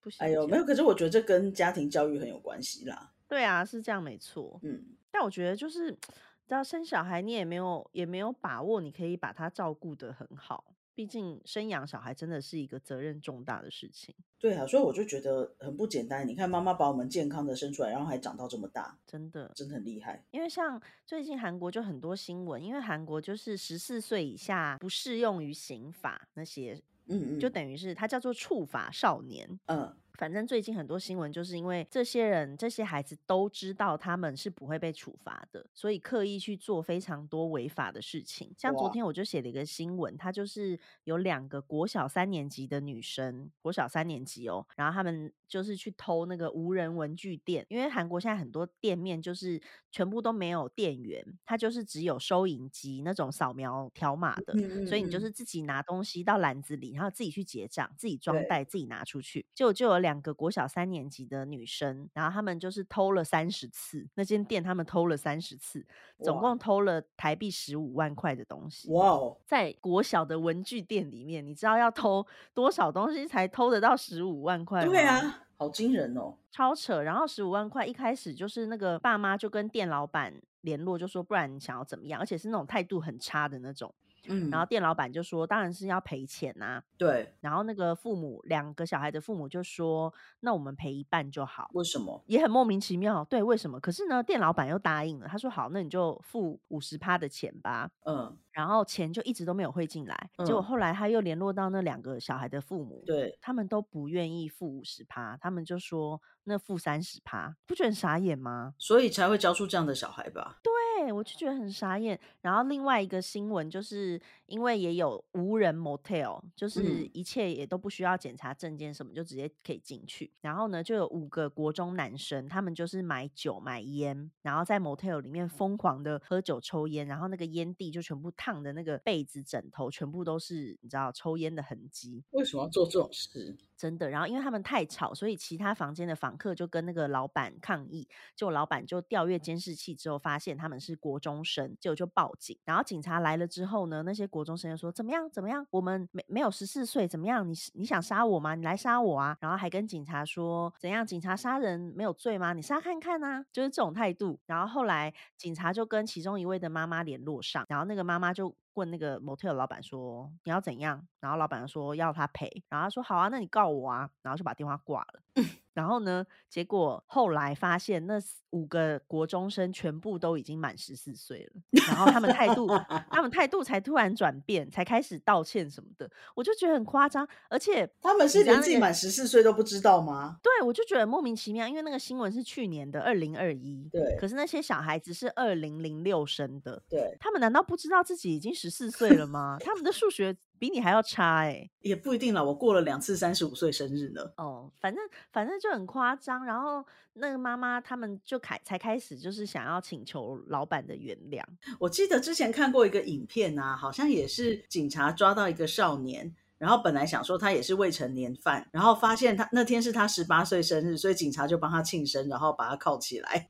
Speaker 2: 不行。
Speaker 1: 哎呦，
Speaker 2: 不
Speaker 1: 没
Speaker 2: 行
Speaker 1: 有，可是我觉得这跟家庭教育很有关系啦。
Speaker 2: 对啊，是这样没错。
Speaker 1: 嗯，
Speaker 2: 但我觉得就是，你知道生小孩，你也没有也没有把握，你可以把他照顾得很好。毕竟生养小孩真的是一个责任重大的事情，
Speaker 1: 对啊，所以我就觉得很不简单。你看，妈妈把我们健康的生出来，然后还长到这么大，
Speaker 2: 真的。
Speaker 1: 真的很厉害。
Speaker 2: 因为像最近韩国就很多新闻，因为韩国就是十四岁以下不适用于刑法那些，
Speaker 1: 嗯嗯，
Speaker 2: 就等于是它叫做触法少年。
Speaker 1: 嗯，
Speaker 2: 反正最近很多新闻就是因为这些人、这些孩子都知道他们是不会被处罚的，所以刻意去做非常多违法的事情。像昨
Speaker 1: 哇
Speaker 2: 天我就写了一个新闻，它就是有两个国小三年级的女生，国小三年级哦，然后他们就是去偷那个无人文具店，因为韩国现在很多店面就是全部都没有店员，它就是只有收银机那种扫描条码的，
Speaker 1: 嗯
Speaker 2: 所以你就
Speaker 1: 嗯
Speaker 2: 是自己拿东西到篮子里，然后自己去结账，自己装
Speaker 1: 对
Speaker 2: 袋，自己拿出去。结果就有两个国小三年级的女生，然后她们就是偷了三十次，那间店她们偷了三十次，总
Speaker 1: 哇
Speaker 2: 共偷了台币十五万块的东西。
Speaker 1: 哇哦，
Speaker 2: 在国小的文具店里面，你知道要偷多少东西才偷得到十五万块吗？
Speaker 1: 对，啊，好惊人哦。
Speaker 2: 超扯。然后十五万块一开始就是那个爸妈就跟店老板联络，就说不然你想要怎么样，而且是那种态度很差的那种。
Speaker 1: 嗯，
Speaker 2: 然后店老板就说，当然是要赔钱呐、
Speaker 1: 对，
Speaker 2: 然后那个父母两个小孩的父母就说，那我们赔一半就好，
Speaker 1: 为什么？
Speaker 2: 也很莫名其妙。对，为什么？可是呢，店老板又答应了，他说好，那你就付五十趴的钱吧。
Speaker 1: 嗯，
Speaker 2: 然后钱就一直都没有汇进来，结果
Speaker 1: 嗯
Speaker 2: 后来他又联络到那两个小孩的父母，
Speaker 1: 对，
Speaker 2: 他们都不愿意付五十趴，他们就说那付三十趴，不觉得很傻眼吗？
Speaker 1: 所以才会教出这样的小孩吧？
Speaker 2: 对，我就觉得很傻眼。然后另外一个新闻就是，因为也有无人 motel，就是
Speaker 1: 嗯
Speaker 2: 一切也都不需要检查证件什么，就直接可以进去。然后呢，就有五个国中男生，他们就是买酒买烟，然后在 motel 里面疯狂的喝酒抽烟，然后那个烟蒂就全部烫的那个被子枕头全部都是你知道抽烟的痕迹。
Speaker 1: 为什么要做这种事？
Speaker 2: 真的，然后因为他们太吵，所以其他房间的房客就跟那个老板抗议，就老板就调阅监视器之后，发现他们是国中生，结果就报警。然后警察来了之后呢，那些国中生就说：“怎么样？怎么样？我们没没有十四岁，怎么样？你是你想杀我吗？你来杀我啊！”然后还跟警察说：“怎样？警察杀人没有罪吗？你杀看看啊！”就是这种态度。然后后来警察就跟其中一位的妈妈联络上，然后那个妈妈就问那个 motel 老板说你要怎样，然后老板说要他赔，然后他说好啊，那你告我啊，然后就把电话挂了。然后呢，结果后来发现那四五个国中生全部都已经满十四岁了，然后他们态度，他们态度才突然转变，才开始道歉什么的，我就觉得很夸张，而且
Speaker 1: 他们是
Speaker 2: 你知道
Speaker 1: 连
Speaker 2: 那
Speaker 1: 自己
Speaker 2: 个
Speaker 1: 满十四岁都不知道吗？
Speaker 2: 对，我就觉得莫名其妙，因为那个新闻是去年的二零二一，
Speaker 1: 对
Speaker 2: 可是那些小孩子是二零零六生的，
Speaker 1: 对，
Speaker 2: 他们难道不知道自己已经十四岁了吗？他们的数学比你还要差哎、
Speaker 1: 也不一定啦。我过了两次三十五岁生日呢。
Speaker 2: 哦，反正反正就很夸张，然后那个妈妈他们就开才开始就是想要请求老板的原谅，
Speaker 1: 我记得之前看过一个影片啊，好像也是警察抓到一个少年，然后本来想说他也是未成年犯，然后发现他那天是他十八岁生日，所以警察就帮他庆生，然后把他铐起来。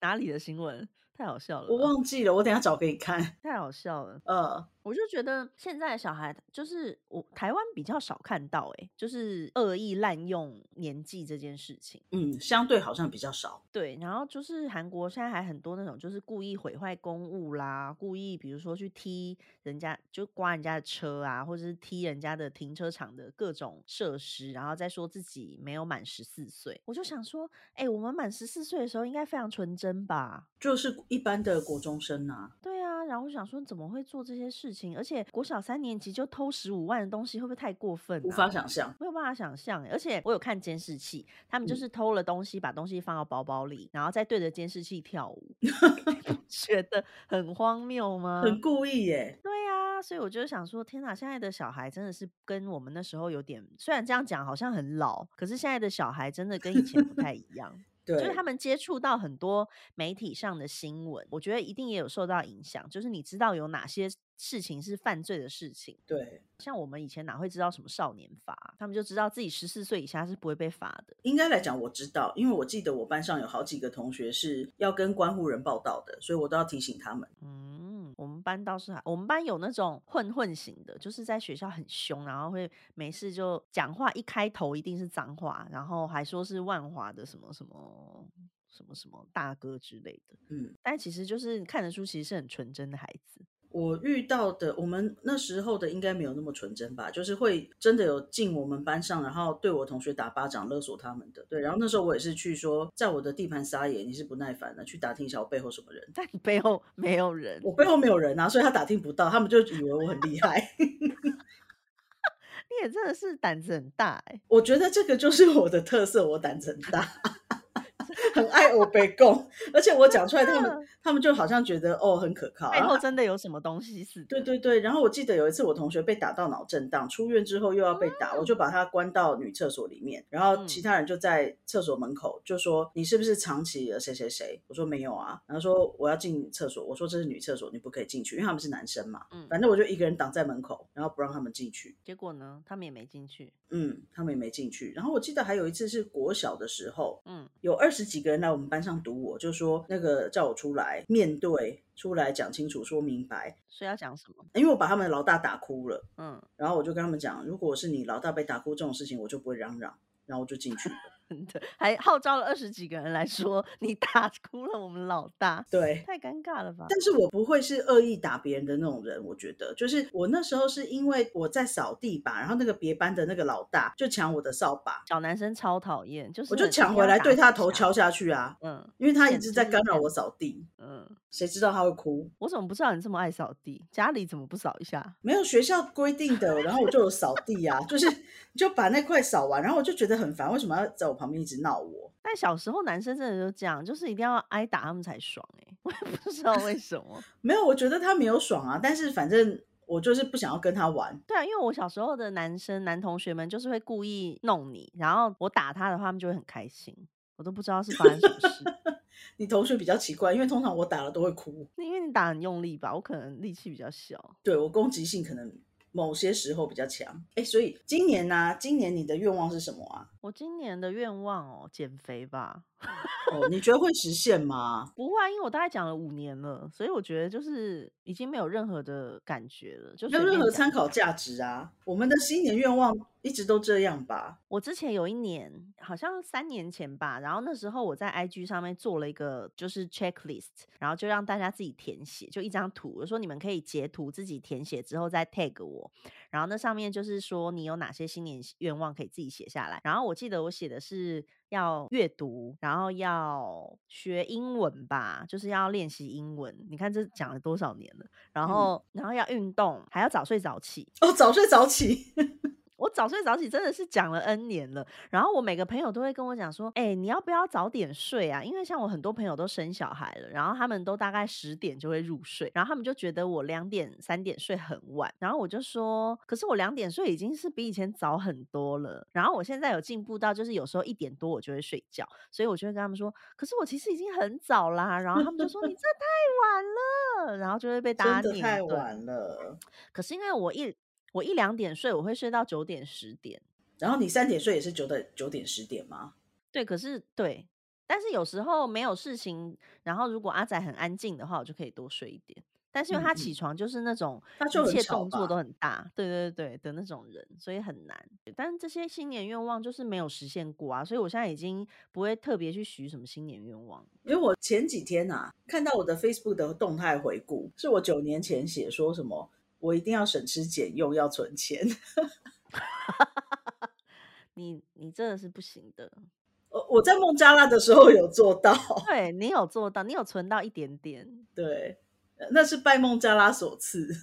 Speaker 2: 哪里的新闻太好笑了
Speaker 1: 我
Speaker 2: 吧，
Speaker 1: 忘记了，我等一下找给你看。
Speaker 2: 太好笑了。
Speaker 1: 呃，
Speaker 2: 我就觉得现在的小孩就是我台湾比较少看到、欸，就是恶意滥用年纪这件事情。
Speaker 1: 嗯，相对好像比较少。
Speaker 2: 对，然后就是韩国现在还很多那种，就是故意毁坏公物啦，故意比如说去踢人家，就刮人家的车啊，或者是踢人家的停车场的各种设施，然后再说自己没有满十四岁。我就想说，哎、我们满十四岁的时候应该非常纯真吧？
Speaker 1: 就是一般的国中生啊，
Speaker 2: 对啊，然后我想说怎么会做这些事情？而且国小三年级就偷十五万的东西，会不会太过分、啊？
Speaker 1: 无法想象。
Speaker 2: 没有办法想象欸，而且我有看监视器，他们就
Speaker 1: 嗯
Speaker 2: 是偷了东西，把东西放到包包里，然后再对着
Speaker 1: [LAUGHS]
Speaker 2: 监视器跳舞，你不觉得很荒谬吗？
Speaker 1: 很故意耶、
Speaker 2: 对啊，所以我就想说，天哪，现在的小孩真的是跟我们那时候有点，虽然这样讲好像很老，可是现在的小孩真的跟以前不太一
Speaker 1: [LAUGHS]
Speaker 2: 样。
Speaker 1: 对，
Speaker 2: 就是他们接触到很多媒体上的新闻，我觉得一定也有受到影响。就是你知道有哪些事情是犯罪的事情，
Speaker 1: 对，
Speaker 2: 像我们以前哪会知道什么少年法啊，他们就知道自己十四岁以下是不会被罚的。
Speaker 1: 应该来讲我知道，因为我记得我班上有好几个同学是要跟关护人报道的，所以我都要提醒他们。
Speaker 2: 嗯，我们班倒是还，我们班有那种混混型的，就是在学校很凶，然后会没事就讲话，一开头一定是脏话，然后还说是万华的什么什么。什么什么大哥之类的，
Speaker 1: 嗯，
Speaker 2: 但其实就是看得出，其实是很纯真的孩子。 [LAUGHS]
Speaker 1: 我遇到的，我们那时候的应该没有那么纯真吧，就是会真的有进我们班上，然后对我同学打巴掌勒索他们的。对，然后那时候我也是去说，在我的地盘撒野，你是不耐烦的，去打听一下我背后什么人。
Speaker 2: 但你背后没有人，
Speaker 1: 我背后没有人啊，所以他打听不到，他们就以为我很厉害。 [LAUGHS]
Speaker 2: 你也真的是胆子很大哎、
Speaker 1: 我觉得这个就是我的特色，我胆子很大， [LAUGHS] 很爱我被供，而且我讲出来，他
Speaker 2: 真的
Speaker 1: 们他们就好像觉得哦很可靠。
Speaker 2: 背
Speaker 1: 然
Speaker 2: 后
Speaker 1: 后
Speaker 2: 真的有什么东西似的。
Speaker 1: 对对对，然后我记得有一次我同学被打到脑震荡，出院之后又要被打，我就把他关到女厕所里面，然后
Speaker 2: 哦嗯
Speaker 1: 其他人就在厕所门口就说：“你是不是长期了谁谁谁？”我说：“没有啊。”然后说：“我要进厕所。”我说：“这是女厕所，你不可以进去，因为他们是男生嘛。”
Speaker 2: 嗯，
Speaker 1: 反正我就一个人挡在门口，然后不让他们进去。
Speaker 2: 结果呢，他们也没进去。
Speaker 1: 嗯，他们也没进去。然后我记得还有一次是国小的时候，
Speaker 2: 嗯，
Speaker 1: 有二十几个人来我们班上堵我，就说那个叫我出来面对，出来讲清楚，说明白，
Speaker 2: 所以要讲什么？
Speaker 1: 因为我把他们老大打哭了。
Speaker 2: 嗯， [LAUGHS]
Speaker 1: 然后我就跟他们讲，如果我是你老大被打哭这种事情，我就不会嚷嚷。然后我就进去了。
Speaker 2: 对，还号召了二十几个人来说，你打哭了我们老大，
Speaker 1: 对，
Speaker 2: 太尴尬了吧？
Speaker 1: 但是我不会是恶意打别人的那种人，我觉得就是我那时候是因为我在扫地吧，然后那个别班的那个老大就抢我的扫把，
Speaker 2: 小男生超讨厌，就是
Speaker 1: 我就
Speaker 2: 一定
Speaker 1: 抢回
Speaker 2: 要
Speaker 1: 来
Speaker 2: 打
Speaker 1: 对
Speaker 2: 几
Speaker 1: 他的头
Speaker 2: 下。
Speaker 1: 敲下去啊，
Speaker 2: 嗯
Speaker 1: 因为他一
Speaker 2: 简
Speaker 1: 直
Speaker 2: 直
Speaker 1: 在
Speaker 2: 是
Speaker 1: 干
Speaker 2: 这
Speaker 1: 扰
Speaker 2: 样
Speaker 1: 我扫地。
Speaker 2: 嗯，
Speaker 1: 谁知道他会哭？
Speaker 2: 我怎么不知道你这么爱扫地？家里怎么不扫一下？
Speaker 1: 没有学校规定的，然后我就有扫地啊，就是你就把那块扫完，然后我就觉得很烦，为什么要在我旁边一直闹我？
Speaker 2: 但小时候男生真的就这样，就是一定要挨打他们才爽哎、 [LAUGHS] 我也不知道为什么。
Speaker 1: [LAUGHS] 没有，我觉得他没有爽啊，但是反正我就是不想要跟他玩。
Speaker 2: 对啊，因为我小时候的男生男同学们就是会故意弄你，然后我打他的话，他们就会很开心。我都不知道是发生什么
Speaker 1: [LAUGHS]
Speaker 2: 事，
Speaker 1: 你同学比较奇怪，因为通常我打了都会哭，
Speaker 2: 因为你打很用力吧，我可能力气比较小。
Speaker 1: 对我攻击性可能某些时候比较强。哎，所以今年呢、今年你的愿望是什么啊？
Speaker 2: 我今年的愿望哦，减肥吧，
Speaker 1: 哦，你觉得会实现
Speaker 2: [LAUGHS]
Speaker 1: 吗？
Speaker 2: 不会啊，因为我大概讲了五年了，所以我觉得就是已经没有任何的感觉了，就
Speaker 1: 没有
Speaker 2: 随
Speaker 1: 任
Speaker 2: 便
Speaker 1: 何
Speaker 2: 讲
Speaker 1: 参考价值啊！我们的新年愿望一直都这样吧？
Speaker 2: 我之前有一年，好像三年前吧，然后那时候我在 IG 上面做了一个就是 checklist，然后就让大家自己填写，就一张图，我说你们可以截图自己填写之后再 tag 我，然后那上面就是说你有哪些新年希愿望可以自己写下来，然后我记得我写的是要阅读，然后要学英文吧，就是要练习英文，你看这讲了多少年了，然
Speaker 1: 嗯
Speaker 2: 后、然后要运动，还要早睡早起，
Speaker 1: 哦，早睡早起， [LAUGHS]
Speaker 2: 我早睡早起真的是讲了 N 年了，然后我每个朋友都会跟我讲说，哎、你要不要早点睡啊？因为像我很多朋友都生小孩了，然后他们都大概十点就会入睡，然后他们就觉得我两点三点睡很晚，然后我就说，可是我两点睡已经是比以前早很多了，然后我现在有进步到就是有时候一点多我就会睡觉，所以我就会跟他们说，可是我其实已经很早啦，然后他们
Speaker 1: [LAUGHS]
Speaker 2: 就说你这太晚了，然后就会被大
Speaker 1: 真
Speaker 2: 家
Speaker 1: 的
Speaker 2: 念
Speaker 1: 太
Speaker 2: 一顿
Speaker 1: 晚了。
Speaker 2: 可是因为我一我一两点睡，我会睡到九点十点。
Speaker 1: 然后你三点睡也是九点九点十点吗？
Speaker 2: 对，可是对，但是有时候没有事情，然后如果阿仔很安静的话，我就可以多睡一点。但是因
Speaker 1: 嗯
Speaker 2: 为他
Speaker 1: 嗯
Speaker 2: 起床就是那种
Speaker 1: 他就
Speaker 2: 一
Speaker 1: 很
Speaker 2: 切
Speaker 1: 吵
Speaker 2: 动作
Speaker 1: 吧
Speaker 2: 都很大，对对对的那种人，所以很难。但是这些新年愿望就是没有实现过啊，所以我现在已经不会特别去许什么新年愿望。
Speaker 1: 因为我前几天啊，看到我的 Facebook 的动态回顾，是我九年前写说什么，我一定要省吃俭用，要存钱。
Speaker 2: 你你这个是不行的，
Speaker 1: 我我在孟加拉的时候有做到，
Speaker 2: 对你有做到，你有存到一点点，
Speaker 1: 对，呃那是拜孟加拉所赐。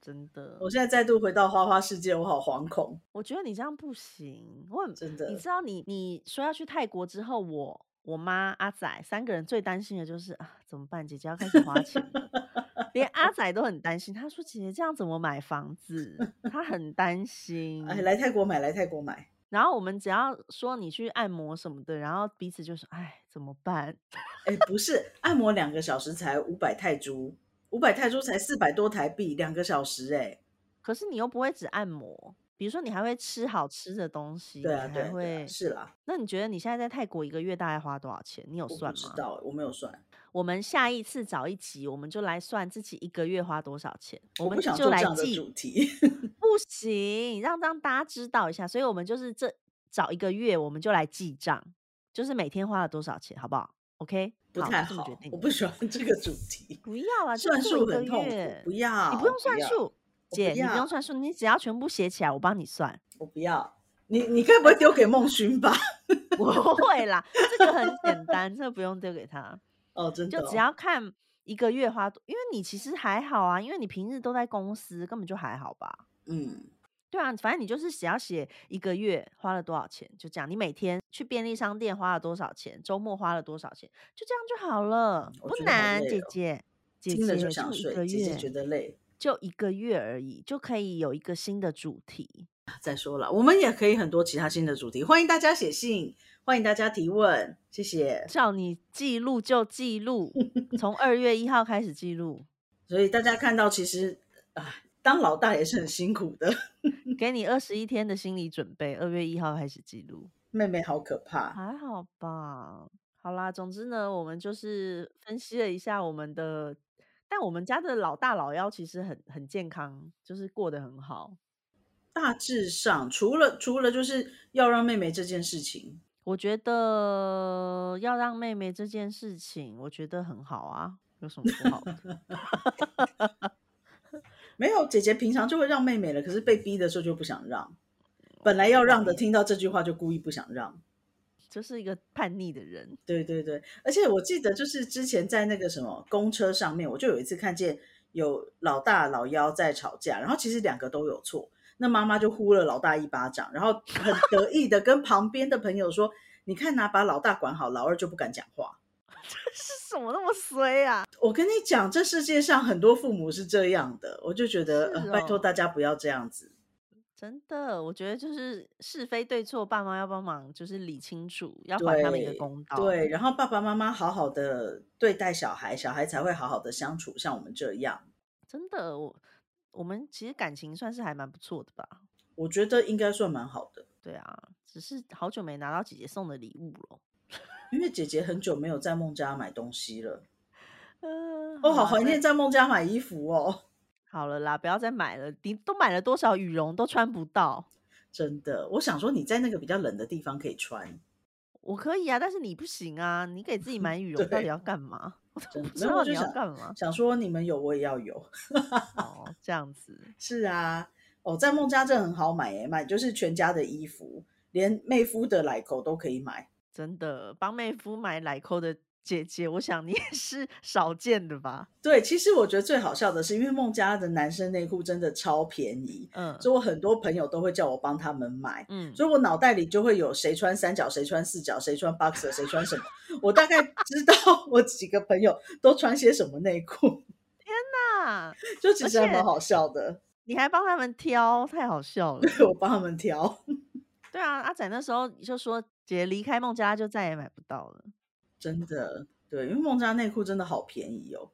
Speaker 2: 真的。
Speaker 1: 我现在再度回到花花世界，我好惶恐，
Speaker 2: 我觉得你这样不行，我很
Speaker 1: 真
Speaker 2: 你
Speaker 1: 的
Speaker 2: 知。道你，你说要去泰国之后，我、我妈、阿仔三个人最担心的就是啊，怎么办？姐姐要开始花钱了。连阿仔都很担心，他说：“姐姐这样怎么买房子？”他很担心。
Speaker 1: [LAUGHS] 哎，来泰国买，来泰国买。
Speaker 2: 然后我们只要说你去按摩什么的，然后彼此就说：“哎，怎么办
Speaker 1: 哎，不是，按摩两个小时才五百泰铢，五百泰铢才四百多台币，两个小时哎、？”
Speaker 2: 可是你又不会只按摩，比如说你还会吃好吃的东西，
Speaker 1: 对啊，
Speaker 2: 你
Speaker 1: 对
Speaker 2: 还
Speaker 1: 啊，对
Speaker 2: 会
Speaker 1: 啊。是啦，
Speaker 2: 那你觉得你现在在泰国一个月大概花多少钱？你有
Speaker 1: 我
Speaker 2: 算
Speaker 1: 不
Speaker 2: 吗？
Speaker 1: 知道，我没有算，
Speaker 2: 我们下一次找一集，我们就来算自己一个月花多少钱。
Speaker 1: 我
Speaker 2: 们
Speaker 1: 不想
Speaker 2: 就
Speaker 1: 做这
Speaker 2: 来
Speaker 1: 样的
Speaker 2: 记，
Speaker 1: 主题。
Speaker 2: 不行，让让大家知道一下。所以我们就是这找一个月，我们就来记账，就是每天花了多少钱，好不好？OK，
Speaker 1: 不
Speaker 2: 好
Speaker 1: 太
Speaker 2: 就这么决
Speaker 1: 好
Speaker 2: 定，
Speaker 1: 我。不喜欢这个主
Speaker 2: [LAUGHS]
Speaker 1: 题，
Speaker 2: 不要啊啦，就
Speaker 1: 算
Speaker 2: 做
Speaker 1: 数
Speaker 2: 一个
Speaker 1: 很痛苦
Speaker 2: 月，
Speaker 1: 不要，
Speaker 2: 你不用算
Speaker 1: 要，
Speaker 2: 数，
Speaker 1: 不
Speaker 2: 姐，你不
Speaker 1: 要
Speaker 2: 用算数，你只要全部写起来，我帮你算。 [LAUGHS]
Speaker 1: 我不要。你你该不会丢给孟勋吧？
Speaker 2: 不会啦，这个很
Speaker 1: [LAUGHS]
Speaker 2: 简单，这个不用丢给他。
Speaker 1: 哦，真的、
Speaker 2: 就
Speaker 1: 哦，
Speaker 2: 只要看一个月花多，因为你其实还好啊，因为你平日都在公司，根本就还好吧。
Speaker 1: 嗯，
Speaker 2: 对啊，反正你就是只要写一个月花了多少钱，就这样。你每天去便利商店花了多少钱，周末花了多少钱，就这样就好了，
Speaker 1: 我
Speaker 2: 不
Speaker 1: 觉得好
Speaker 2: 难，
Speaker 1: 累
Speaker 2: 姐
Speaker 1: 哦
Speaker 2: 姐。姐
Speaker 1: 听了
Speaker 2: 姐
Speaker 1: 就
Speaker 2: 就
Speaker 1: 想
Speaker 2: 一
Speaker 1: 睡，
Speaker 2: 个
Speaker 1: 姐姐
Speaker 2: 月，
Speaker 1: 觉得累。
Speaker 2: 就一个月而已，就可以有一个新的主题。
Speaker 1: 再说了，我们也可以很多其他新的主题，欢迎大家写信，欢迎大家提问，谢谢。
Speaker 2: 叫你记录就记录，从二月一号开始记录，
Speaker 1: 所以大家看到，其实啊，当老大也是很辛苦的。
Speaker 2: 给你二十一天的心理准备，二月一号开始记录。
Speaker 1: 妹妹好可怕，
Speaker 2: 还好吧。好啦，总之呢，我们就是分析了一下我们的，但我们家的老大老幺其实很很健康，就是过得很好。
Speaker 1: 大致上除了除了就是要让妹妹这件事情，
Speaker 2: 我觉得要让妹妹这件事情，我觉得很好啊，有什么不好 [LAUGHS] 的？
Speaker 1: 没有姐姐平常就会让妹妹了，可是被逼的时候就不想让。本来要让的，听到这句话就故意不想让。
Speaker 2: 就是一个叛逆的 [LAUGHS] 人，
Speaker 1: 对对对，而且我记得就是之前在那个什么公车上面，我就有一次看见有老大老幺在吵架，然后其实两个都有错，那妈妈就呼了老大一巴掌，然后很得意的跟旁边的朋友说：“你看呐、把老大管好，老二就不敢讲话。
Speaker 2: 是什么那么衰啊？”
Speaker 1: 我跟你讲，这世界上很多父母是这样的，我就觉得、呃
Speaker 2: 是
Speaker 1: 拜托
Speaker 2: 哦
Speaker 1: 大家不要这样子。
Speaker 2: 真的，我觉得就是是非对错，爸妈要帮忙，就是理清楚，要还他们一个
Speaker 1: 对
Speaker 2: 公道。
Speaker 1: 对，然后爸爸妈妈好好的对待小孩，小孩才会好好的相处，像我们这样。
Speaker 2: 真的，我我们其实感情算是还蛮不错的吧。
Speaker 1: 我觉得应该算蛮好的，
Speaker 2: 对啊，只是好久没拿到姐姐送的礼物了。
Speaker 1: 因为姐姐很久没有在梦家买东西了。
Speaker 2: 嗯、
Speaker 1: 哦，好
Speaker 2: 啦
Speaker 1: 怀
Speaker 2: 再
Speaker 1: 念在梦家买衣服哦，
Speaker 2: 好了啦，不要再买了。你都买了多少羽绒都穿不到，
Speaker 1: 真的。我想说你在那个比较冷的地方可以穿，
Speaker 2: 我可以啊，但是你不行啊，你给自己
Speaker 1: [LAUGHS]
Speaker 2: 买羽绒到底
Speaker 1: 对
Speaker 2: 要干嘛？ [LAUGHS] 我都
Speaker 1: 真
Speaker 2: 不
Speaker 1: 的
Speaker 2: 知
Speaker 1: 没有
Speaker 2: 道
Speaker 1: 我
Speaker 2: 你
Speaker 1: 就
Speaker 2: 要
Speaker 1: 想。
Speaker 2: 干嘛
Speaker 1: 想说你们有我也要有。
Speaker 2: 哦，这样子，
Speaker 1: 是啊，哦，在梦家真的很好买耶，买就是全家的衣服，连妹夫的来口都可以买。
Speaker 2: 真的帮妹夫买奶扣的姐姐，我想你也是少见的吧？
Speaker 1: 对，其实我觉得最好笑的是，因为梦家的男生内裤真的超便宜，
Speaker 2: 嗯
Speaker 1: 所以我很多朋友都会叫我帮他们买。
Speaker 2: 嗯，
Speaker 1: 所以我脑袋里就会有谁穿三角，谁穿四角，谁穿 boxer，谁穿什么。我大概知道我几个朋友都穿些什么内裤，
Speaker 2: 那
Speaker 1: 就其实还
Speaker 2: 而且
Speaker 1: 蛮好笑的。
Speaker 2: 你还帮他们挑，太好笑了。
Speaker 1: 我帮他们挑，
Speaker 2: 对啊，阿仔那时候就说姐离开孟家就再也买不到了。
Speaker 1: 真的对，因为孟佳内裤真的好便宜哦。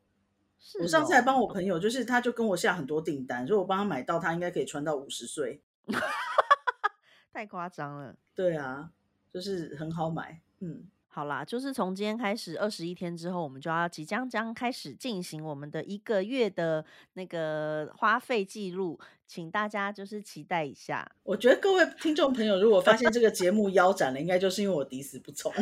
Speaker 2: 是
Speaker 1: 我上次还
Speaker 2: 哦
Speaker 1: 帮我朋友，就是他就跟我下很多订单，所以我帮他买到，他应该可以穿到五十岁。
Speaker 2: 太夸张了。
Speaker 1: 对啊，就是很好买，嗯。
Speaker 2: 好啦，就是从今天开始，二十一天之后，我们就要即将将开始进行我们的一个月的那个花费记录，请大家就是期待一下。
Speaker 1: 我觉得各位听众朋友，如果发现这个节目腰斩了，应该就是因为我抵死不从。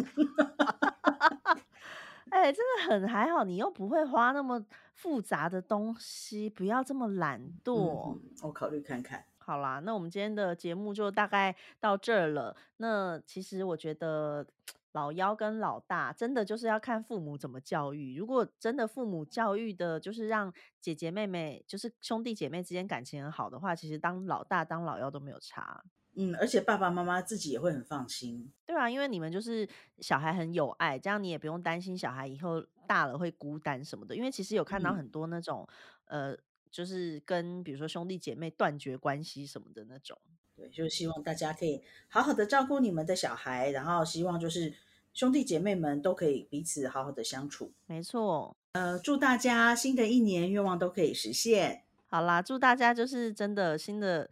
Speaker 2: 哎、真的很还好，你又不会花那么复杂的东西，不要这么懒惰。
Speaker 1: 嗯，我考虑看看。
Speaker 2: 好啦，那我们今天的节目就大概到这儿了。那其实我觉得老幺跟老大真的就是要看父母怎么教育。如果真的父母教育的就是让姐姐妹妹，就是兄弟姐妹之间感情很好的话，其实当老大当老幺都没有差。
Speaker 1: 嗯，而且爸爸妈妈自己也会很放心。
Speaker 2: 对啊，因为你们就是小孩很有爱，这样你也不用担心小孩以后大了会孤单什么的。因为其实有看到
Speaker 1: 嗯，
Speaker 2: 很多那种，呃，就是跟比如说兄弟姐妹断绝关系什么的那种。
Speaker 1: 对，就是希望大家可以好好的照顾你们的小孩，然后希望就是兄弟姐妹们都可以彼此好好的相处。
Speaker 2: 没错，
Speaker 1: 呃，祝大家新的一年愿望都可以实现。
Speaker 2: 好啦，祝大家就是真的新的，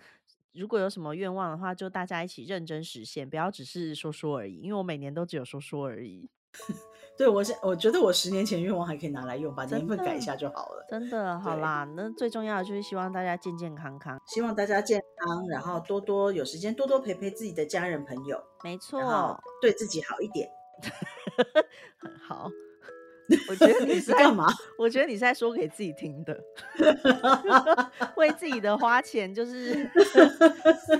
Speaker 2: 如果有什么愿望的话，就大家一起认真实现，不要只是说说而已。因为我每年都只有说说而已，
Speaker 1: 对我是，我觉得我十年前愿望还可以拿来用，把年
Speaker 2: 真
Speaker 1: 份改一
Speaker 2: 的，
Speaker 1: 下就好了。
Speaker 2: 真的，好
Speaker 1: 对，
Speaker 2: 啦，那最重要的就是希望大家健健康康。
Speaker 1: 希望大家健康，然后多多有时间多多陪陪自己的家人朋友，
Speaker 2: 没
Speaker 1: 然后
Speaker 2: 错，
Speaker 1: 对自己好一点。
Speaker 2: 好，我觉得你是
Speaker 1: 是
Speaker 2: 在，
Speaker 1: 干嘛？
Speaker 2: 我觉得你是在说给自己听 [LAUGHS] 的，为自己的花钱就是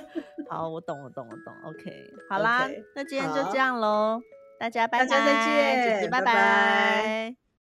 Speaker 2: [LAUGHS] 好，我懂，我懂，我懂。OK，好啦，
Speaker 1: OK，
Speaker 2: 那今天就这
Speaker 1: 好，
Speaker 2: 样喽，大家拜
Speaker 1: 大家再
Speaker 2: 拜，姐姐
Speaker 1: 见，
Speaker 2: 拜
Speaker 1: 拜拜。
Speaker 2: 拜。